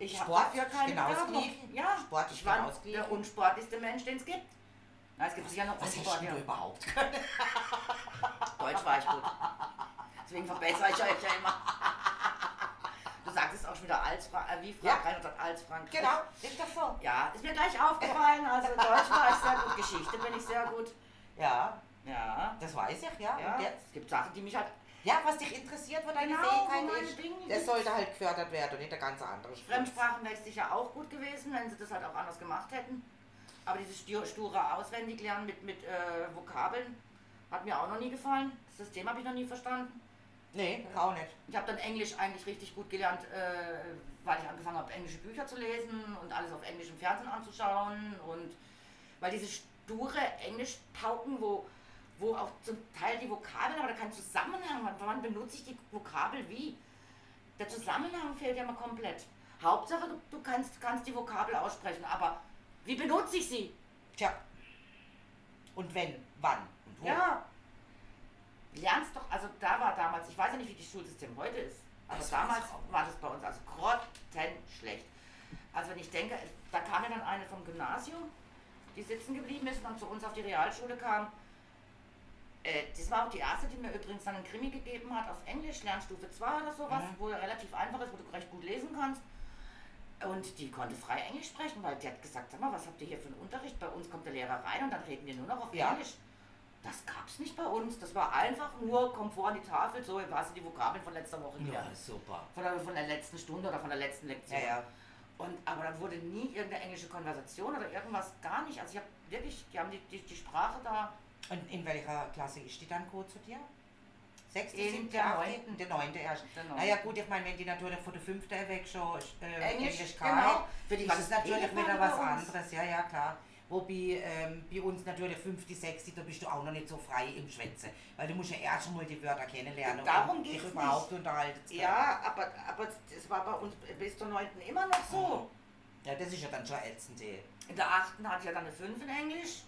Speaker 3: Ich habe
Speaker 2: Sport
Speaker 3: dafür
Speaker 2: ist
Speaker 3: keine
Speaker 2: genau das
Speaker 3: Begabung.
Speaker 2: Gleiche.
Speaker 3: Ja,
Speaker 2: Sport ist
Speaker 3: ich war
Speaker 2: genau das Gleiche.
Speaker 3: der unsportlichste Mensch, den es gibt. Na, es gibt sicher noch
Speaker 2: Was hast
Speaker 3: Unsport,
Speaker 2: denn
Speaker 3: ja.
Speaker 2: du überhaupt?
Speaker 3: Deutsch war ich gut. Deswegen verbessere ich euch ja immer. Du sagst es auch schon wieder als Fra äh, wie Frankreich oder als Frankreich.
Speaker 2: Genau, ist doch so.
Speaker 3: Ja, ist mir gleich aufgefallen. Also Deutsch war ich sehr gut, Geschichte bin ich sehr gut.
Speaker 2: Ja,
Speaker 3: Ja.
Speaker 2: das weiß ich, ja.
Speaker 3: ja.
Speaker 2: Und jetzt,
Speaker 3: Es gibt Sachen, die mich halt.
Speaker 2: ja, was dich interessiert, wo deine
Speaker 3: Genau, wo
Speaker 2: Fähigkeit
Speaker 3: meine
Speaker 2: ist,
Speaker 3: Dinge
Speaker 2: das
Speaker 3: sind.
Speaker 2: sollte halt gefördert werden und nicht der ganze andere Scheiß.
Speaker 3: Fremdsprachen wäre ich sicher auch gut gewesen, wenn sie das halt auch anders gemacht hätten. Aber dieses stu- sture Auswendiglernen mit, mit äh, Vokabeln hat mir auch noch nie gefallen. Das System habe ich noch nie verstanden.
Speaker 2: Nee, auch nicht.
Speaker 3: Ich habe dann Englisch eigentlich richtig gut gelernt, äh, weil ich angefangen habe, englische Bücher zu lesen und alles auf Englisch im Fernsehen anzuschauen. Und weil diese sture Englisch-Pauken, wo, wo auch zum Teil die Vokabeln, aber da kein Zusammenhang, wann, wann benutze ich die Vokabel wie? Der Zusammenhang fehlt ja mal komplett. Hauptsache, du, du kannst, kannst die Vokabel aussprechen, aber wie benutze ich sie?
Speaker 2: Tja. Und wenn, wann und wo.
Speaker 3: Ja. lernst doch, also da war damals, ich weiß ja nicht, wie das Schulsystem heute ist, aber
Speaker 2: Das weiß
Speaker 3: damals
Speaker 2: ich
Speaker 3: war das bei uns also grottenschlecht. Also wenn ich denke, da kam ja dann eine vom Gymnasium, die sitzen geblieben ist und dann zu uns auf die Realschule kam. Äh, das war auch die erste, die mir übrigens dann einen Krimi gegeben hat, auf Englisch, Lernstufe 2 oder sowas,
Speaker 2: Mhm.
Speaker 3: wo er relativ einfach ist, wo du recht gut lesen kannst. Und die konnte frei Englisch sprechen, weil die hat gesagt, sag mal, was habt ihr hier für einen Unterricht? Bei uns kommt der Lehrer rein und dann reden wir nur noch auf
Speaker 2: Ja.
Speaker 3: Englisch. Das gab's nicht bei uns. Das war einfach nur Komfort an die Tafel, so ihr weißt du, die Vokabeln von letzter Woche wieder.
Speaker 2: super.
Speaker 3: Von der, von der letzten Stunde oder von der letzten
Speaker 2: Ja,
Speaker 3: Lektion.
Speaker 2: ja.
Speaker 3: Und, aber da wurde nie irgendeine englische Konversation oder irgendwas gar nicht. Also ich habe wirklich, die haben die, die, die Sprache da.
Speaker 2: Und in welcher Klasse ist die dann kurz zu dir? Sechste,
Speaker 3: In
Speaker 2: siebte,
Speaker 3: der
Speaker 2: achte?
Speaker 3: neunten.
Speaker 2: In der neunte erst.
Speaker 3: Der neunten.
Speaker 2: Naja gut, ich meine, wenn die natürlich von der fünften weg schon äh,
Speaker 3: Englisch,
Speaker 2: Englisch, kann,
Speaker 3: genau. Für die war
Speaker 2: ist es
Speaker 3: das
Speaker 2: natürlich
Speaker 3: Englisch
Speaker 2: wieder
Speaker 3: war
Speaker 2: was
Speaker 3: bei uns.
Speaker 2: anderes. Ja, ja, klar. Wobei ähm, bei uns natürlich fünfte, sechste, da bist du auch noch nicht so frei im Schwätzen. Weil du musst ja erst mal die Wörter kennenlernen.
Speaker 3: Darum
Speaker 2: um
Speaker 3: geht's
Speaker 2: dich überhaupt unterhalten zu können.
Speaker 3: Ja, aber, aber das war bei uns bis zur 9. immer noch so.
Speaker 2: ja, das ist ja dann schon ätzend. eh.
Speaker 3: In der 8. hatte ich ja dann eine 5 in Englisch.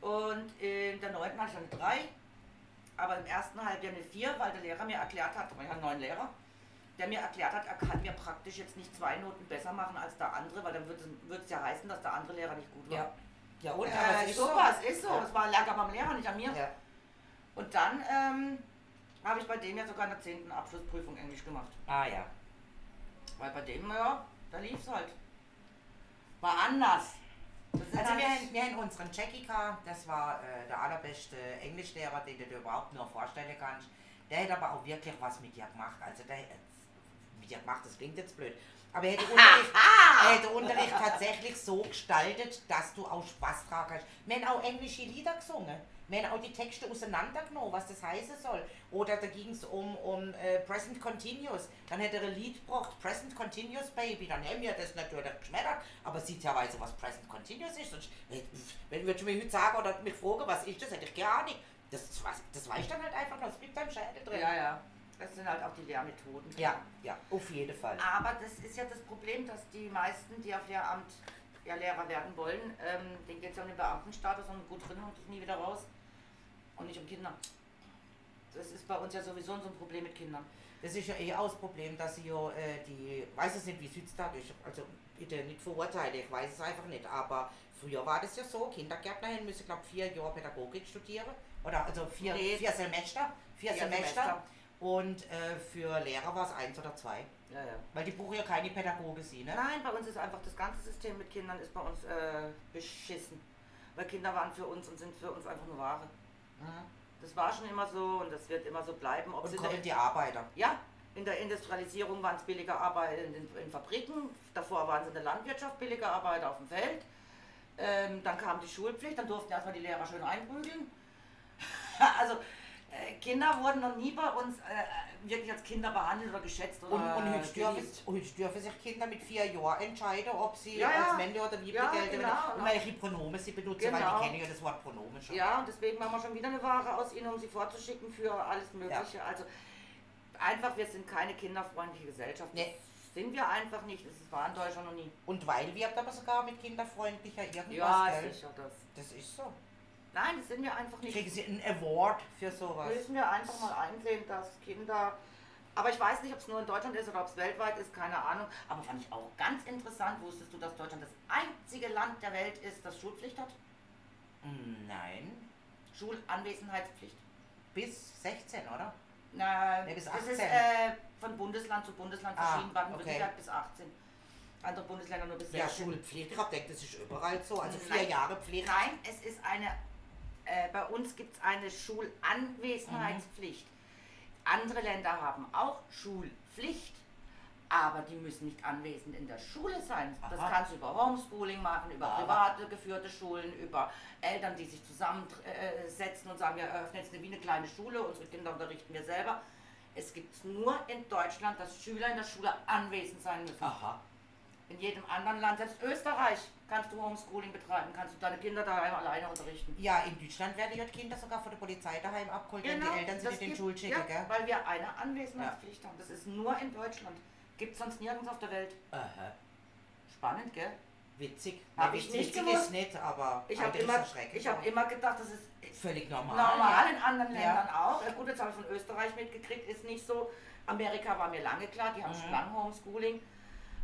Speaker 3: Und in der 9. hatte ich dann eine 3. Aber im ersten Halbjahr eine 4, weil der Lehrer mir erklärt hat, ich hatte einen neuen Lehrer, der mir erklärt hat, er kann mir praktisch jetzt nicht zwei Noten besser machen als der andere, weil dann würde es- würde es ja heißen, dass der andere Lehrer nicht gut war.
Speaker 2: Ja. Ja, und?
Speaker 3: Und
Speaker 2: aber
Speaker 3: äh,
Speaker 2: es ist so.
Speaker 3: super, es ist so.
Speaker 2: Ja.
Speaker 3: Es war lag aber am Lehrer, nicht an mir.
Speaker 2: Ja.
Speaker 3: Und dann ähm, habe ich bei dem ja sogar in der 10. Abschlussprüfung Englisch gemacht.
Speaker 2: Ah ja.
Speaker 3: Weil bei dem, ja, da lief es halt. War anders. Das ist
Speaker 2: Also
Speaker 3: halt-
Speaker 2: wir haben, wir haben unseren Jackie K, das war äh, der allerbeste Englischlehrer, den du dir überhaupt nur vorstellen kannst. Der hat aber auch wirklich was mit dir gemacht. Also der hat- mit dir gemacht, das klingt jetzt blöd. Aber er hat den Unterricht, er hat den Unterricht tatsächlich so gestaltet, dass du auch Spaß dran hast. Wir haben auch englische Lieder gesungen. Wir haben auch die Texte auseinandergenommen, was das heißen soll. Oder da ging es um, um äh, Present Continuous. Dann hätte er ein Lied gebracht, Present Continuous Baby. Dann haben wir das natürlich geschmettert, aber sieht ja weiß, was Present Continuous ist. Und ich- wenn würdest du mir heute sagen oder mich fragen, was ist das, hätte ich keine Ahnung. Das, was- das weiß ich dann halt einfach noch, es gibt deinem Schädel drin.
Speaker 3: Ja, ja. Das sind halt auch die Lehrmethoden.
Speaker 2: ja, ja, auf jeden Fall.
Speaker 3: Aber das ist ja das Problem, dass die meisten, die auf Lehramt ja Lehrer werden wollen, ähm, denen geht es ja um den Beamtenstatus und gut drin und nie wieder raus. Und nicht um Kinder. Das ist bei uns ja sowieso so ein Problem mit Kindern.
Speaker 2: Das ist ja eh auch das Problem, dass sie ja äh, die, weiß es nicht, wie es heutzutage ist, also bitte nicht verurteile, ich weiß es einfach nicht, aber früher war das ja so, Kindergärtnerin müssen, glaube vier Jahre Pädagogik studieren, oder also vier,
Speaker 3: Nee.
Speaker 2: vier Semester, vier,
Speaker 3: Vier
Speaker 2: Semester.
Speaker 3: Semester.
Speaker 2: und äh, für Lehrer war es eins oder zwei,
Speaker 3: Ja, ja.
Speaker 2: weil die brauchen ja keine Pädagoge sie, ne?
Speaker 3: Nein, bei uns ist einfach das ganze System mit Kindern ist bei uns äh, beschissen. Weil Kinder waren für uns und sind für uns einfach nur Ware.
Speaker 2: Mhm.
Speaker 3: Das war schon immer so und das wird immer so bleiben. Ob
Speaker 2: Und
Speaker 3: sie
Speaker 2: kommen die Arbeiter.
Speaker 3: Ja, in der Industrialisierung waren es billige Arbeiter in, den, in Fabriken, davor waren es in der Landwirtschaft billige Arbeiter auf dem Feld. Ähm, dann kam die Schulpflicht, dann durften erstmal die Lehrer schön einprügeln. also äh, Kinder wurden noch nie bei uns äh, wirklich als Kinder behandelt oder geschätzt oder
Speaker 2: Und, und jetzt, dürfen,
Speaker 3: geliebt.
Speaker 2: und jetzt dürfen sich Kinder mit vier Jahren entscheiden, ob sie
Speaker 3: Ja, ja.
Speaker 2: als Männer oder Liebe
Speaker 3: Ja,
Speaker 2: gelten
Speaker 3: genau.
Speaker 2: und welche Pronomen sie benutzen, weil
Speaker 3: Genau.
Speaker 2: die kennen ja das Wort Pronomen schon.
Speaker 3: Ja, und deswegen machen wir schon wieder eine Ware aus ihnen, um sie vorzuschicken für alles Mögliche. Also einfach, wir sind keine kinderfreundliche Gesellschaft.
Speaker 2: Nee.
Speaker 3: Sind wir einfach nicht. Das war in Deutschland noch nie.
Speaker 2: Und weil wirbt aber sogar mit kinderfreundlicher irgendwas,
Speaker 3: Ja,
Speaker 2: gell?
Speaker 3: sicher das.
Speaker 2: Das ist so.
Speaker 3: Nein, das sind wir einfach nicht.
Speaker 2: Kriegen sie einen Award für sowas.
Speaker 3: Müssen wir einfach mal einsehen, dass Kinder. Aber ich weiß nicht, ob es nur in Deutschland ist oder ob es weltweit ist, keine Ahnung. Aber fand ich auch ganz interessant. Wusstest du, dass Deutschland das einzige Land der Welt ist, das Schulpflicht hat?
Speaker 2: Hm, Nein.
Speaker 3: Schulanwesenheitspflicht.
Speaker 2: Bis 16, oder?
Speaker 3: Na,
Speaker 2: Nee, bis
Speaker 3: das
Speaker 2: 18.
Speaker 3: ist äh, von Bundesland zu Bundesland
Speaker 2: Ah,
Speaker 3: verschieden. Baden-Württemberg
Speaker 2: okay.
Speaker 3: bis 18. Andere Bundesländer nur bis
Speaker 2: Ja,
Speaker 3: 16.
Speaker 2: Schulpflicht. Ich hab gedacht, das ist überall so. Also vier
Speaker 3: Nein.
Speaker 2: Jahre Pflicht.
Speaker 3: Nein, es ist eine, äh, bei uns gibt es eine Schulanwesenheitspflicht. Andere Länder haben auch Schulpflicht, aber die müssen nicht anwesend in der Schule sein. Das
Speaker 2: Aha.
Speaker 3: kannst du über Homeschooling machen, über
Speaker 2: Aber-
Speaker 3: private geführte Schulen, über Eltern, die sich zusammensetzen und sagen, wir eröffnen jetzt eine, wie eine kleine Schule, unsere Kinder unterrichten wir selber. Es gibt nur in Deutschland, dass Schüler in der Schule anwesend sein müssen.
Speaker 2: Aha.
Speaker 3: In jedem anderen Land, selbst Österreich, kannst du Homeschooling betreiben, kannst du deine Kinder daheim alleine unterrichten.
Speaker 2: Ja, in Deutschland werden ja die Kinder sogar von der Polizei daheim abgeholt, wenn die Eltern sie
Speaker 3: Genau, das
Speaker 2: nicht in die
Speaker 3: gibt-
Speaker 2: Schule schicken,
Speaker 3: ja,
Speaker 2: gell?
Speaker 3: Weil wir eine Anwesenheitspflicht haben. Das ist nur in Deutschland. Gibt es sonst nirgends auf der Welt.
Speaker 2: Aha.
Speaker 3: Spannend, gell?
Speaker 2: Witzig.
Speaker 3: Hab
Speaker 2: Na,
Speaker 3: ich
Speaker 2: witzig
Speaker 3: nicht
Speaker 2: ist
Speaker 3: gewusst.
Speaker 2: nicht, aber
Speaker 3: Ich
Speaker 2: andere
Speaker 3: habe
Speaker 2: ist
Speaker 3: immer,
Speaker 2: erschreckend.
Speaker 3: ich hab immer gedacht, das ist
Speaker 2: Völlig normal.
Speaker 3: normal in anderen
Speaker 2: Ja.
Speaker 3: Ländern auch. Ja, gut, jetzt habe ich von Österreich mitgekriegt, ist nicht so. Amerika war mir lange klar, die haben
Speaker 2: Mhm.
Speaker 3: schon lange Homeschooling.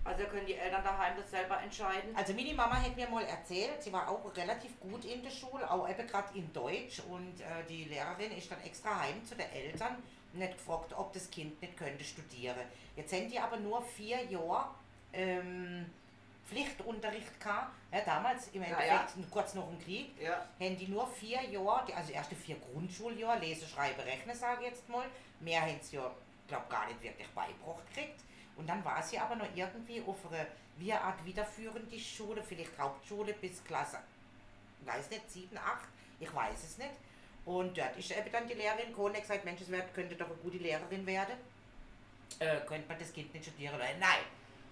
Speaker 3: Also können die Eltern daheim das selber entscheiden.
Speaker 2: Also meine Mama hat mir mal erzählt, sie war auch relativ gut in der Schule, auch eben gerade in Deutsch und äh, die Lehrerin ist dann extra heim zu den Eltern und hat gefragt, ob das Kind nicht könnte studieren. Jetzt sind die aber nur vier Jahre ähm, Pflichtunterricht gehabt. Ja, damals im
Speaker 3: ja.
Speaker 2: Endeffekt kurz nach dem Krieg
Speaker 3: Ja.
Speaker 2: haben die nur vier Jahre, die- also erste vier Grundschuljahre, Lesen, Schreiben, Rechnen, sage ich jetzt mal. Mehr haben sie ja, glaube gar nicht wirklich beigebracht gekriegt. Und dann war sie aber noch irgendwie auf eine wie eine Art wiederführende Schule, vielleicht Hauptschule bis Klasse, weiß nicht, sieben, acht, ich weiß es nicht. Und dort ist eben dann die Lehrerin gekommen und hat gesagt, Mensch, es wär- könnte doch eine gute Lehrerin werden. Äh, könnte man das Kind nicht studieren lassen? Nein,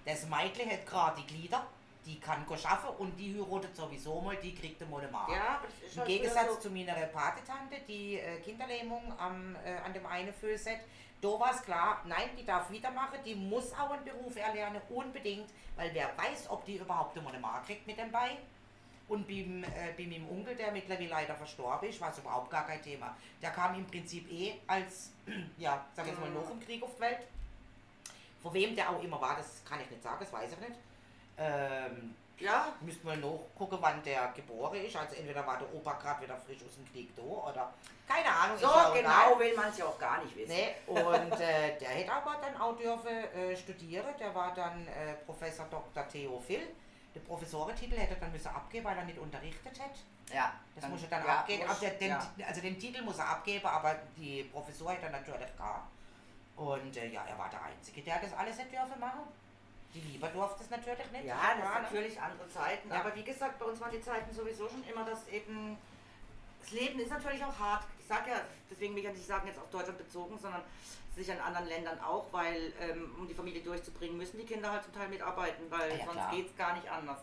Speaker 2: das Meitli hat gerade die Glieder, die kann go schaffen und die heiratet sowieso mal, die kriegt mal eine Mauer.
Speaker 3: Ja, aber das ist
Speaker 2: Im
Speaker 3: halt wieder
Speaker 2: Gegensatz
Speaker 3: so.
Speaker 2: zu meiner Patentante, die äh, Kinderlähmung am, äh, an dem einen Füllset, da war es klar, nein, die darf weitermachen, die muss auch einen Beruf erlernen, unbedingt, weil wer weiß, ob die überhaupt immer eine Mark kriegt mit dem Bein. Und beim, äh, bei meinem Onkel, der mittlerweile leider verstorben ist, war es überhaupt gar kein Thema. Der kam im Prinzip eh als, ja, sag ich jetzt mal,
Speaker 3: Mhm.
Speaker 2: noch im Krieg auf die Welt. Von wem der auch immer war, das kann ich nicht sagen, das weiß ich nicht. Ähm,
Speaker 3: Ja,
Speaker 2: Müssen wir nachgucken, wann der geboren ist. Also entweder war der Opa gerade wieder frisch aus dem Krieg da oder keine Ahnung.
Speaker 3: so
Speaker 2: ist ja auch
Speaker 3: genau
Speaker 2: egal.
Speaker 3: will man es ja auch gar nicht wissen.
Speaker 2: Nee, und äh, der hätte aber dann auch dürfen äh, studieren. Der war dann äh, Professor Dr. Theo Phil. Den Professorentitel hätte er dann müssen abgeben, weil er nicht unterrichtet hätte.
Speaker 3: Ja,
Speaker 2: Das muss er dann
Speaker 3: ja,
Speaker 2: abgeben.
Speaker 3: muss-
Speaker 2: Also den,
Speaker 3: ja.
Speaker 2: also den Titel muss er abgeben, aber die Professur hätte er natürlich gar. Und äh, ja, er war der Einzige, der das alles hätte dürfen machen. Die Lieber durfte es natürlich nicht.
Speaker 3: Ja, das
Speaker 2: Klar, ne?
Speaker 3: sind natürlich andere Zeiten.
Speaker 2: Ja.
Speaker 3: Aber wie gesagt, bei uns waren die Zeiten sowieso schon immer, dass eben das Leben ist natürlich auch hart. Ich sage ja, deswegen will ich ja nicht sagen, jetzt auf Deutschland bezogen, sondern sicher in anderen Ländern auch, weil ähm, um die Familie durchzubringen, müssen die Kinder halt zum Teil mitarbeiten, weil
Speaker 2: Ah Ja,
Speaker 3: sonst
Speaker 2: klar.
Speaker 3: geht es gar nicht anders.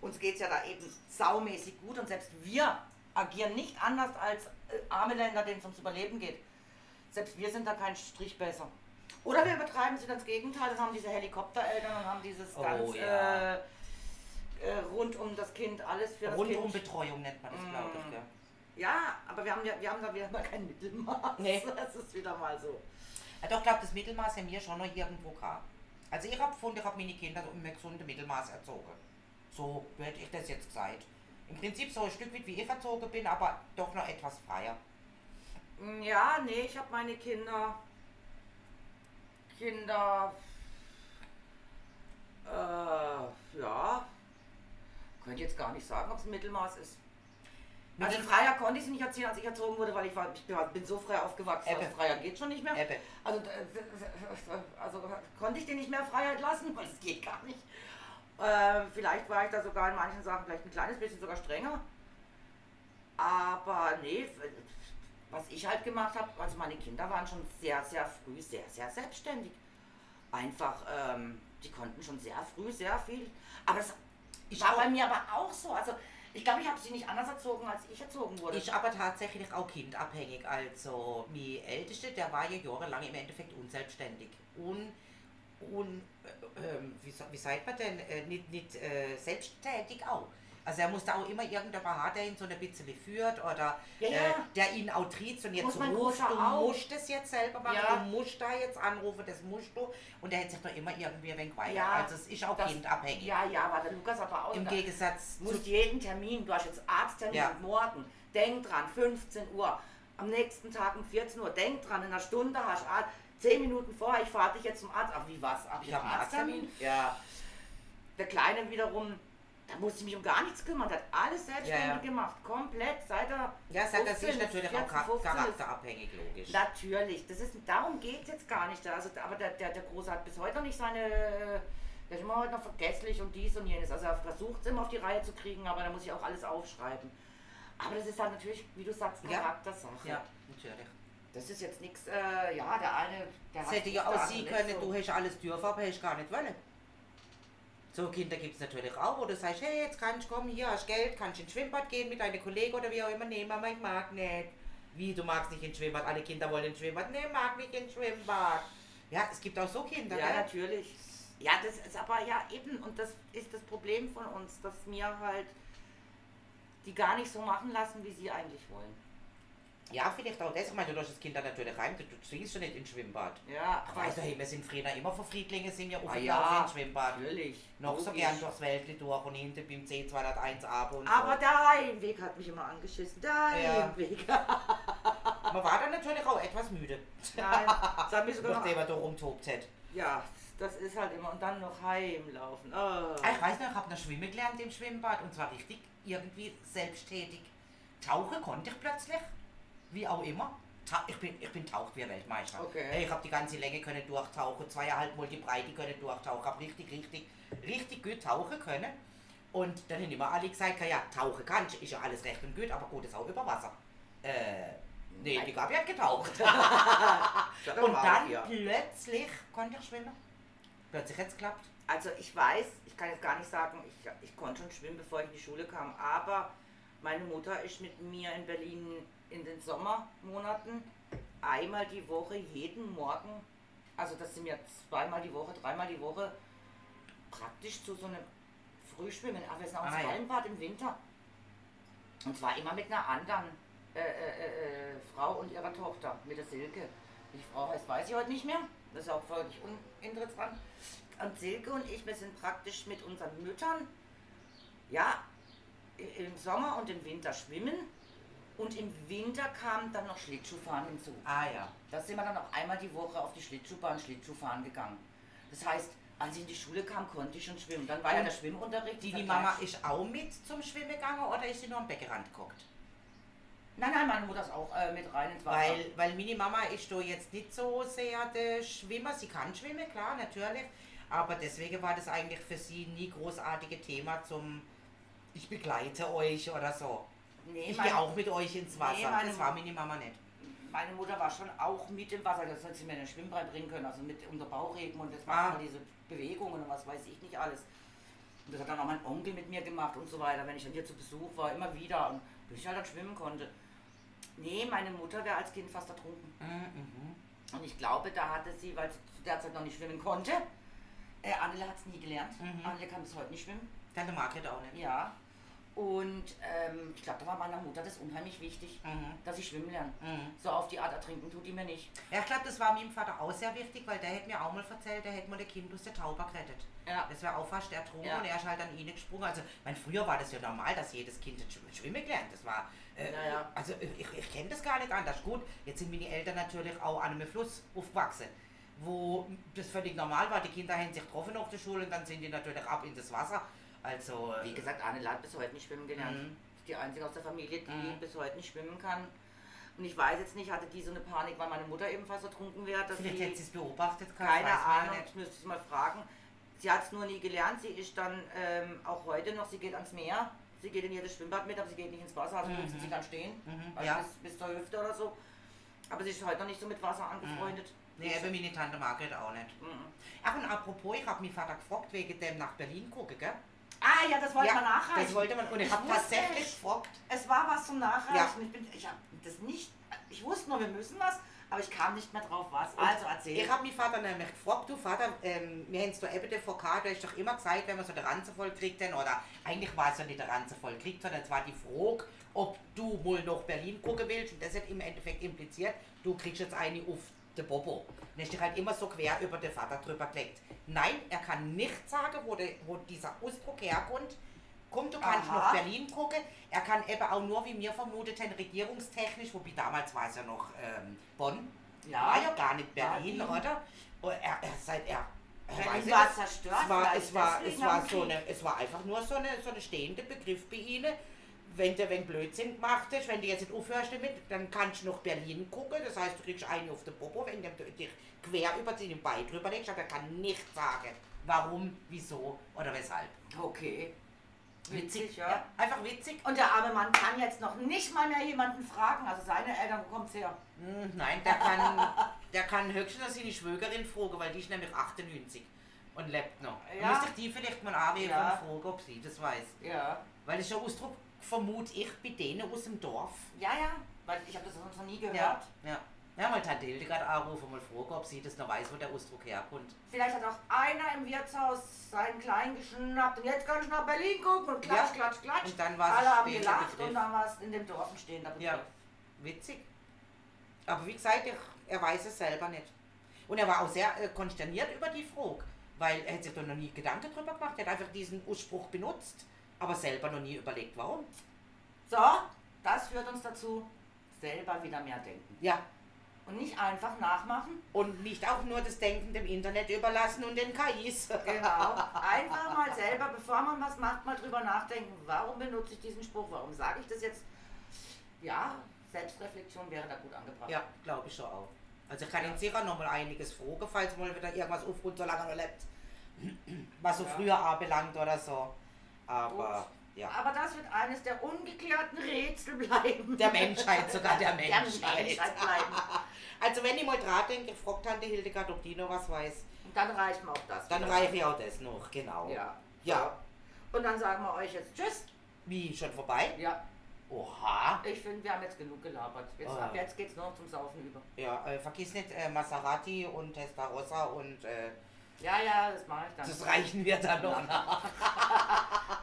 Speaker 3: Uns geht es ja da eben saumäßig gut und selbst wir agieren nicht anders als äh, arme Länder, denen es ums Überleben geht. Selbst wir sind da kein Strich besser. Oder wir übertreiben es wieder ins Gegenteil, dann haben diese Helikoptereltern und haben dieses
Speaker 2: Oh,
Speaker 3: ganz
Speaker 2: ja.
Speaker 3: äh, äh, rund um das Kind, alles für das Mm.
Speaker 2: Rundum
Speaker 3: Kind.
Speaker 2: Betreuung nennt man das, glaube ich. Gell?
Speaker 3: Ja, aber wir haben, ja, wir haben da wieder mal kein Mittelmaß.
Speaker 2: Nee.
Speaker 3: Das ist wieder mal so.
Speaker 2: Ja, Ah, doch, glaube das Mittelmaß haben wir schon noch irgendwo gehabt. Also ich habe gefunden, ich habe meine Kinder so im gesunden Mittelmaß erzogen. So hätte ich das jetzt gesagt. Im Prinzip so ein Stück weit wie ich erzogen bin, aber doch noch etwas freier.
Speaker 3: Hm, Ja, nee, ich habe meine Kinder. Kinder. Äh, ja. Könnte jetzt gar nicht sagen, ob es ein Mittelmaß ist. Also
Speaker 2: Mittel-
Speaker 3: freier konnte ich sie nicht erziehen, als ich erzogen wurde, weil ich, war, ich bin- bin so frei aufgewachsen. Also
Speaker 2: Ebbe.
Speaker 3: freier geht schon nicht mehr.
Speaker 2: Ebbe.
Speaker 3: Also, d- d- d- also konnte ich den nicht mehr Freiheit lassen, weil es geht gar nicht. Ähm, vielleicht war ich da sogar in manchen Sachen vielleicht ein kleines bisschen sogar strenger. Aber nee, f- was ich halt gemacht habe, also meine Kinder waren schon sehr, sehr früh sehr, sehr selbstständig. Einfach, ähm, die konnten schon sehr früh sehr viel. Aber das
Speaker 2: Ich
Speaker 3: war
Speaker 2: auch.
Speaker 3: bei mir aber auch so. Also ich glaube, ich habe sie nicht anders erzogen, als ich erzogen wurde.
Speaker 2: Ich aber tatsächlich auch kindabhängig. Also, mein Älteste, der war ja jahrelang im Endeffekt unselbstständig. Un, un, äh, ähm, wie, sa- wie sagt man denn? Äh, nicht nicht äh, selbsttätig auch. Also, er musste auch immer irgendeinen Berater der ihn so ein bisschen führt oder
Speaker 3: Ja, ja.
Speaker 2: Äh, der ihn auch tritt und jetzt
Speaker 3: Muss mein
Speaker 2: rufst,
Speaker 3: Großer
Speaker 2: du
Speaker 3: auch.
Speaker 2: musst das jetzt selber machen,
Speaker 3: Ja.
Speaker 2: du musst da jetzt anrufen, das musst du. Und der hat sich doch immer irgendwie ein wenig weigert.
Speaker 3: Ja,
Speaker 2: also, es ist auch
Speaker 3: das-
Speaker 2: kindabhängig.
Speaker 3: ja, ja, war der Lukas aber auch.
Speaker 2: Im
Speaker 3: da-
Speaker 2: Gegensatz
Speaker 3: Du
Speaker 2: zu
Speaker 3: musst jeden Termin, du hast jetzt Arzttermin
Speaker 2: Ja.
Speaker 3: morgen, denk dran, 15 Uhr, am nächsten Tag um 14 Uhr, denk dran, in einer Stunde hast du Arzt, 10 Minuten vorher, ich fahre dich jetzt zum Arzt. Ach, wie was? Ach, ich
Speaker 2: hab
Speaker 3: habe einen Arzttermin? Ja. Der Kleine wiederum, da musste ich mich um gar nichts kümmern, der hat alles selbstständig
Speaker 2: Ja, ja.
Speaker 3: gemacht, komplett, seit er
Speaker 2: Ja, sagt, das
Speaker 3: 15
Speaker 2: ist natürlich auch
Speaker 3: 14, 15
Speaker 2: char-
Speaker 3: ist.
Speaker 2: charakterabhängig, logisch.
Speaker 3: Natürlich, das ist, darum geht es jetzt gar nicht. Also, aber der, der, der Große hat bis heute noch nicht seine. Der ist immer heute noch vergesslich und dies und jenes. Also er versucht es immer auf die Reihe zu kriegen, aber da muss ich auch alles aufschreiben. Aber das ist dann natürlich, wie du sagst, eine
Speaker 2: Ja.
Speaker 3: Charaktersache.
Speaker 2: Ja, natürlich.
Speaker 3: Das ist jetzt nichts, äh, ja, der eine, der
Speaker 2: Das hätte ja
Speaker 3: der
Speaker 2: auch
Speaker 3: andere
Speaker 2: sein
Speaker 3: nicht
Speaker 2: können,
Speaker 3: so.
Speaker 2: du hast alles dürfen, aber hast gar nicht wollen. So Kinder gibt es natürlich auch, wo du sagst, hey, jetzt kannst du kommen, hier hast Geld, kannst ins Schwimmbad gehen mit deinen Kollegen oder wie auch immer. Nee, Mama, ich mag nicht. Wie, du magst nicht ins Schwimmbad? Alle Kinder wollen ins Schwimmbad. Nee, mag nicht ins Schwimmbad. Ja, es gibt auch so Kinder,
Speaker 3: Ja,
Speaker 2: gell?
Speaker 3: natürlich. Ja, das ist aber ja eben, und das ist das Problem von uns, dass wir halt die gar nicht so machen lassen, wie sie eigentlich wollen.
Speaker 2: Ja, vielleicht auch das. Ich meine, du hast das Kind dann natürlich rein, du zwingst schon nicht ins Schwimmbad.
Speaker 3: Ja,
Speaker 2: Aber also, hey, wir sind früher immer von Friedlingen, sind wir offen
Speaker 3: Ah, ja.
Speaker 2: ins Schwimmbad.
Speaker 3: natürlich.
Speaker 2: Noch so
Speaker 3: Logisch.
Speaker 2: gern durchs Wäldli durch und hinten beim C201 ab und
Speaker 3: Aber
Speaker 2: so.
Speaker 3: der Heimweg hat mich immer angeschissen. Der
Speaker 2: Ja.
Speaker 3: Heimweg.
Speaker 2: Man war dann natürlich auch etwas müde,
Speaker 3: Nein, das hat mich sogar
Speaker 2: nachdem
Speaker 3: noch,
Speaker 2: man da rumtobt hat.
Speaker 3: Ja, das ist halt immer. Und dann noch heimlaufen. Oh.
Speaker 2: Ah, Ich weiß noch, ich habe noch schwimmen gelernt im Schwimmbad und zwar richtig irgendwie selbsttätig. Tauchen konnte ich plötzlich, wie auch immer. Ta ich bin, ich bin taucht wie ein Weltmeister.
Speaker 3: Okay.
Speaker 2: Hey, Ich habe die ganze Länge können durchtauchen, zweieinhalb Mal die Breite können durchtauchen, habe richtig, richtig, richtig gut tauchen können. Und dann haben immer alle gesagt, ja, tauchen kannst, ist ja alles recht und gut, aber gut ist auch über Wasser. Äh, nee, die Gabi hat getaucht. und dann plötzlich konnte ich schwimmen. Plötzlich hat es geklappt.
Speaker 3: Also ich weiß, ich kann jetzt gar nicht sagen, ich, ich konnte schon schwimmen, bevor ich in die Schule kam, aber meine Mutter ist mit mir in Berlin in den Sommermonaten einmal die Woche, jeden Morgen, also das sind ja zweimal die Woche, dreimal die Woche, praktisch zu so einem Frühschwimmen, aber es ist auch ein
Speaker 2: Ah, ja.
Speaker 3: Hallenbad im Winter. Und zwar immer mit einer anderen äh, äh, äh, Frau und ihrer Tochter, mit der Silke. Die Frau heißt, weiß ich heute nicht mehr. Das ist auch völlig uninteressant. Und Silke und ich, wir sind praktisch mit unseren Müttern, ja, i- im Sommer und im Winter schwimmen. Und im Winter kam dann noch Schlittschuhfahren hinzu.
Speaker 2: Ah ja.
Speaker 3: Da sind wir dann auch einmal die Woche auf die Schlittschuhbahn Schlittschuhfahren gegangen. Das heißt, als ich in die Schule kam, konnte ich schon schwimmen. Dann war ja
Speaker 2: Und
Speaker 3: der Schwimmunterricht.
Speaker 2: Die,
Speaker 3: dieser
Speaker 2: die Mama
Speaker 3: Tag-
Speaker 2: ist auch mit zum Schwimmen gegangen oder ist sie nur am Beckenrand geguckt?
Speaker 3: Nein, nein, meine Mutter ist auch äh, mit rein ins Wasser.
Speaker 2: Weil, weil meine Mama ist da jetzt nicht so sehr der Schwimmer. Sie kann schwimmen, klar, natürlich. Aber deswegen war das eigentlich für sie nie großartige Thema zum Ich begleite euch oder so.
Speaker 3: nee,
Speaker 2: Ich
Speaker 3: meine,
Speaker 2: gehe auch mit euch ins Wasser.
Speaker 3: Nee, meine-
Speaker 2: das war meine Mama nicht.
Speaker 3: meine Mutter war schon auch mit im Wasser. Das hat sie mir in den Schwimmbrett bringen können. Also mit unter Bauchreben und das
Speaker 2: Ah.
Speaker 3: macht man diese Bewegungen und was weiß ich nicht alles. Und das hat dann auch mein Onkel mit mir gemacht und so weiter, wenn ich dann hier zu Besuch war, immer wieder. Und bis ich halt dann schwimmen konnte. Nee, meine Mutter wäre als Kind fast ertrunken. Und ich glaube, da hatte sie, weil sie zu der Zeit noch nicht schwimmen konnte, äh, Annele hat es nie gelernt.
Speaker 2: Mhm.
Speaker 3: Annele kann bis heute nicht schwimmen.
Speaker 2: Tante Margret auch nicht.
Speaker 3: Ja. Und ähm, ich glaube, da war meiner Mutter das unheimlich wichtig,
Speaker 2: Mhm.
Speaker 3: dass ich schwimmen lerne.
Speaker 2: Mhm.
Speaker 3: So auf die Art ertrinken tut die mir nicht.
Speaker 2: Ja, ich glaube, das war meinem Vater auch sehr wichtig, weil der hätte mir auch mal erzählt, der hätte mal ein Kind aus der Tauber gerettet.
Speaker 3: Ja.
Speaker 2: Das wäre auch fast ertrunken
Speaker 3: Ja.
Speaker 2: und er ist halt an ihnen gesprungen. Also, mein, früher war das ja normal, dass jedes Kind das Schwim- schwimmen gelernt. Das war, äh,
Speaker 3: Ja, ja.
Speaker 2: also ich, ich kenne das gar nicht anders. Gut, jetzt sind meine Eltern natürlich auch an einem Fluss aufgewachsen, wo das völlig normal war. Die Kinder haben sich getroffen auf der Schule und dann sind die natürlich ab in das Wasser. Also, äh,
Speaker 3: Wie gesagt, Annele hat bis heute nicht schwimmen gelernt.
Speaker 2: Mhm.
Speaker 3: Ist die einzige aus der Familie, die
Speaker 2: Mhm.
Speaker 3: bis heute nicht schwimmen kann. Und ich weiß jetzt nicht, hatte die so eine Panik, weil meine Mutter ebenfalls ertrunken wäre, dass
Speaker 2: vielleicht
Speaker 3: sie-
Speaker 2: hätte sie es beobachtet, kann,
Speaker 3: Keine
Speaker 2: weiß man
Speaker 3: Ahnung,
Speaker 2: nicht.
Speaker 3: ich müsste es mal fragen. Sie hat es nur nie gelernt. Sie ist dann ähm, auch heute noch, sie geht ans Meer, sie geht in jedes Schwimmbad mit, aber sie geht nicht ins Wasser, also
Speaker 2: Mhm.
Speaker 3: müssen sie dann stehen.
Speaker 2: Mhm,
Speaker 3: Also
Speaker 2: ja.
Speaker 3: bis, bis zur Hüfte oder so. Aber sie ist heute noch nicht so mit Wasser angefreundet.
Speaker 2: Mhm. Nee, also eben meine Tante Margret auch nicht.
Speaker 3: Mhm.
Speaker 2: Ach, und apropos, ich habe meinen Vater gefragt, wegen dem nach Berlin gucken, gell?
Speaker 3: Ah ja, das wollte
Speaker 2: ja,
Speaker 3: man nachreichen.
Speaker 2: Das wollte man. Und ich
Speaker 3: Ich
Speaker 2: habe
Speaker 3: wusste
Speaker 2: tatsächlich
Speaker 3: es.
Speaker 2: gefragt.
Speaker 3: Es war was zum Nachreichen.
Speaker 2: Ja.
Speaker 3: Ich, bin, ich hab das nicht. Ich wusste nur, wir müssen was, aber ich kam nicht mehr drauf, was.
Speaker 2: Und
Speaker 3: Also erzähl.
Speaker 2: Ich habe meinen Vater nämlich gefragt, du Vater, ähm, wir haben es da eben den VK, du hast doch immer gesagt, wenn wir so eine Ranze voll kriegt, denn, oder eigentlich war es ja nicht eine Ranze voll kriegt, sondern es war die Frage, ob du wohl nach Berlin gucken willst und das hat im Endeffekt impliziert, du kriegst jetzt eine auf den Bobo. Und ist dich halt immer so quer über den Vater drüber gelegt. Nein, er kann nicht sagen, wo, de, wo dieser Ausdruck herkommt. Komm, du kannst
Speaker 3: Aha.
Speaker 2: nach Berlin gucken. Er kann eben auch nur, wie mir vermutet, haben, regierungstechnisch, wobei damals war es ja noch ähm, Bonn, war Ah, ja gar nicht Berlin,
Speaker 3: Berlin.
Speaker 2: oder? Oh, er, er, seit er, er
Speaker 3: Berlin
Speaker 2: weiß nicht,
Speaker 3: war
Speaker 2: es-
Speaker 3: zerstört,
Speaker 2: Es war,
Speaker 3: vielleicht
Speaker 2: es war, es
Speaker 3: deswegen am
Speaker 2: war, so
Speaker 3: Krieg.
Speaker 2: eine, es war einfach nur so eine, so eine stehende Begriff bei ihnen. Wenn du wenn Blödsinn gemacht hast, wenn du jetzt nicht aufhörst damit, dann kannst du nach Berlin gucken. Das heißt, du kriegst einen auf den Popo, wenn du dich quer über den Bein drüber legst. Aber er kann nicht sagen, warum, wieso oder weshalb.
Speaker 3: okay. Witzig, ja.
Speaker 2: Einfach witzig.
Speaker 3: Und der arme Mann kann jetzt noch nicht mal mehr jemanden fragen. Also seine Eltern, wo kommt's her?
Speaker 2: Hm, Nein, der kann, der kann höchstens seine Schwägerin fragen, weil die ist nämlich 98 und lebt noch.
Speaker 3: Ja.
Speaker 2: Ja. Müsste ich die vielleicht mal anrufen
Speaker 3: Ja.
Speaker 2: und fragen, ob sie das weiß.
Speaker 3: Ja.
Speaker 2: Weil das ist ja Ausdruck, vermute ich, bei denen aus dem Dorf.
Speaker 3: Ja, ja. Weil ich habe das sonst noch nie gehört.
Speaker 2: Ja. Ja, mal Tante Hildegard anrufen, mal fragen, ob sie das noch weiß, wo der Ausdruck herkommt.
Speaker 3: Vielleicht hat auch einer im Wirtshaus seinen Kleinen geschnappt und jetzt kann ich nach Berlin gucken und
Speaker 2: Ja.
Speaker 3: klatsch, klatsch, klatsch.
Speaker 2: Und dann war's
Speaker 3: Alle haben
Speaker 2: stehender
Speaker 3: gelacht
Speaker 2: Begriff.
Speaker 3: und dann war es in dem Dorf ein stehender Begriff.
Speaker 2: Ja, witzig. Aber wie gesagt, ich, er weiß es selber nicht. Und er war auch sehr äh, konsterniert über die Frage, weil er hat sich da noch nie Gedanken drüber gemacht. Er hat einfach diesen Ausspruch benutzt, aber selber noch nie überlegt, warum.
Speaker 3: So, das führt uns dazu, selber wieder mehr denken.
Speaker 2: Ja,
Speaker 3: Und nicht einfach nachmachen.
Speaker 2: und nicht auch nur das Denken dem Internet überlassen und den KIs.
Speaker 3: Genau. Einfach mal selber, bevor man was macht, mal drüber nachdenken, warum benutze ich diesen Spruch, warum sage ich das jetzt? Ja, Selbstreflexion wäre da gut angebracht.
Speaker 2: Ja, glaube ich schon auch. Also ich kann ihn sicher noch mal einiges fragen, falls mal wieder irgendwas aufruht, solange er noch lebt. Was so
Speaker 3: Ja.
Speaker 2: früher anbelangt oder so. Aber ja.
Speaker 3: Aber das wird eines der ungeklärten Rätsel bleiben.
Speaker 2: Der Menschheit, sogar der
Speaker 3: Der
Speaker 2: Menschheit.
Speaker 3: Menschheit bleiben.
Speaker 2: Also wenn ich mal dran denke, ich frag Tante Hildegard, ob die noch was weiß.
Speaker 3: Und dann reichen wir auch das.
Speaker 2: Dann
Speaker 3: wieder.
Speaker 2: reiche ich auch das noch, genau.
Speaker 3: Ja.
Speaker 2: Ja.
Speaker 3: Und dann sagen wir euch jetzt Tschüss.
Speaker 2: Wie, schon vorbei?
Speaker 3: Ja,
Speaker 2: Oha.
Speaker 3: ich finde, wir haben jetzt genug gelabert. Jetzt,
Speaker 2: Ah.
Speaker 3: Ab jetzt geht's nur noch zum Saufen über.
Speaker 2: Ja, äh, vergiss nicht äh, Maserati und Testarossa und äh,
Speaker 3: Ja, ja, das mache ich dann.
Speaker 2: Also das reichen wir dann noch nach.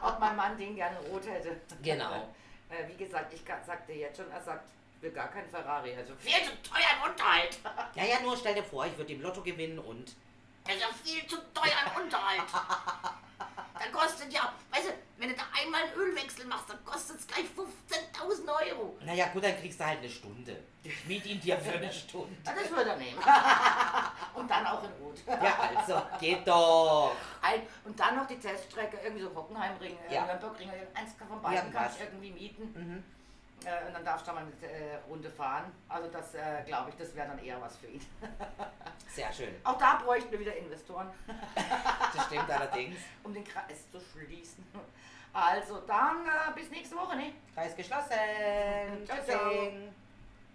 Speaker 3: Ob mein Mann den gerne rot hätte.
Speaker 2: Genau.
Speaker 3: Äh, wie gesagt, ich ka- sagte jetzt schon, er sagt, ich will gar keinen Ferrari. Also viel zu teuer im Unterhalt.
Speaker 2: Ja, ja, nur stell dir vor, ich würde im Lotto gewinnen und...
Speaker 3: Also viel zu teuer im Unterhalt. Dann kostet ja, weißt du, wenn du da einmal einen Ölwechsel machst, dann kostet es gleich 15.000 Euro.
Speaker 2: Naja, gut, dann kriegst du halt eine Stunde. Miet ihn dir für eine Stunde.
Speaker 3: Ja, das würde er nehmen. Und dann auch in Rot.
Speaker 2: Ja, also, geht doch.
Speaker 3: Ein, und dann noch die Teststrecke, irgendwie so Hockenheimring, äh,
Speaker 2: Ja.
Speaker 3: Nürnbergring, eins von beiden kann
Speaker 2: Irgendwas.
Speaker 3: ich irgendwie mieten.
Speaker 2: Mhm.
Speaker 3: Äh, und dann darfst du da mal eine äh, Runde fahren. Also das äh, glaube ich, das wäre dann eher was für ihn.
Speaker 2: Sehr schön.
Speaker 3: Auch da bräuchten wir wieder Investoren,
Speaker 2: Das stimmt allerdings.
Speaker 3: um den Kreis zu schließen. Also dann äh, bis nächste Woche, ne?
Speaker 2: Kreis geschlossen.
Speaker 3: Ciao, ciao.
Speaker 2: Tschüssing.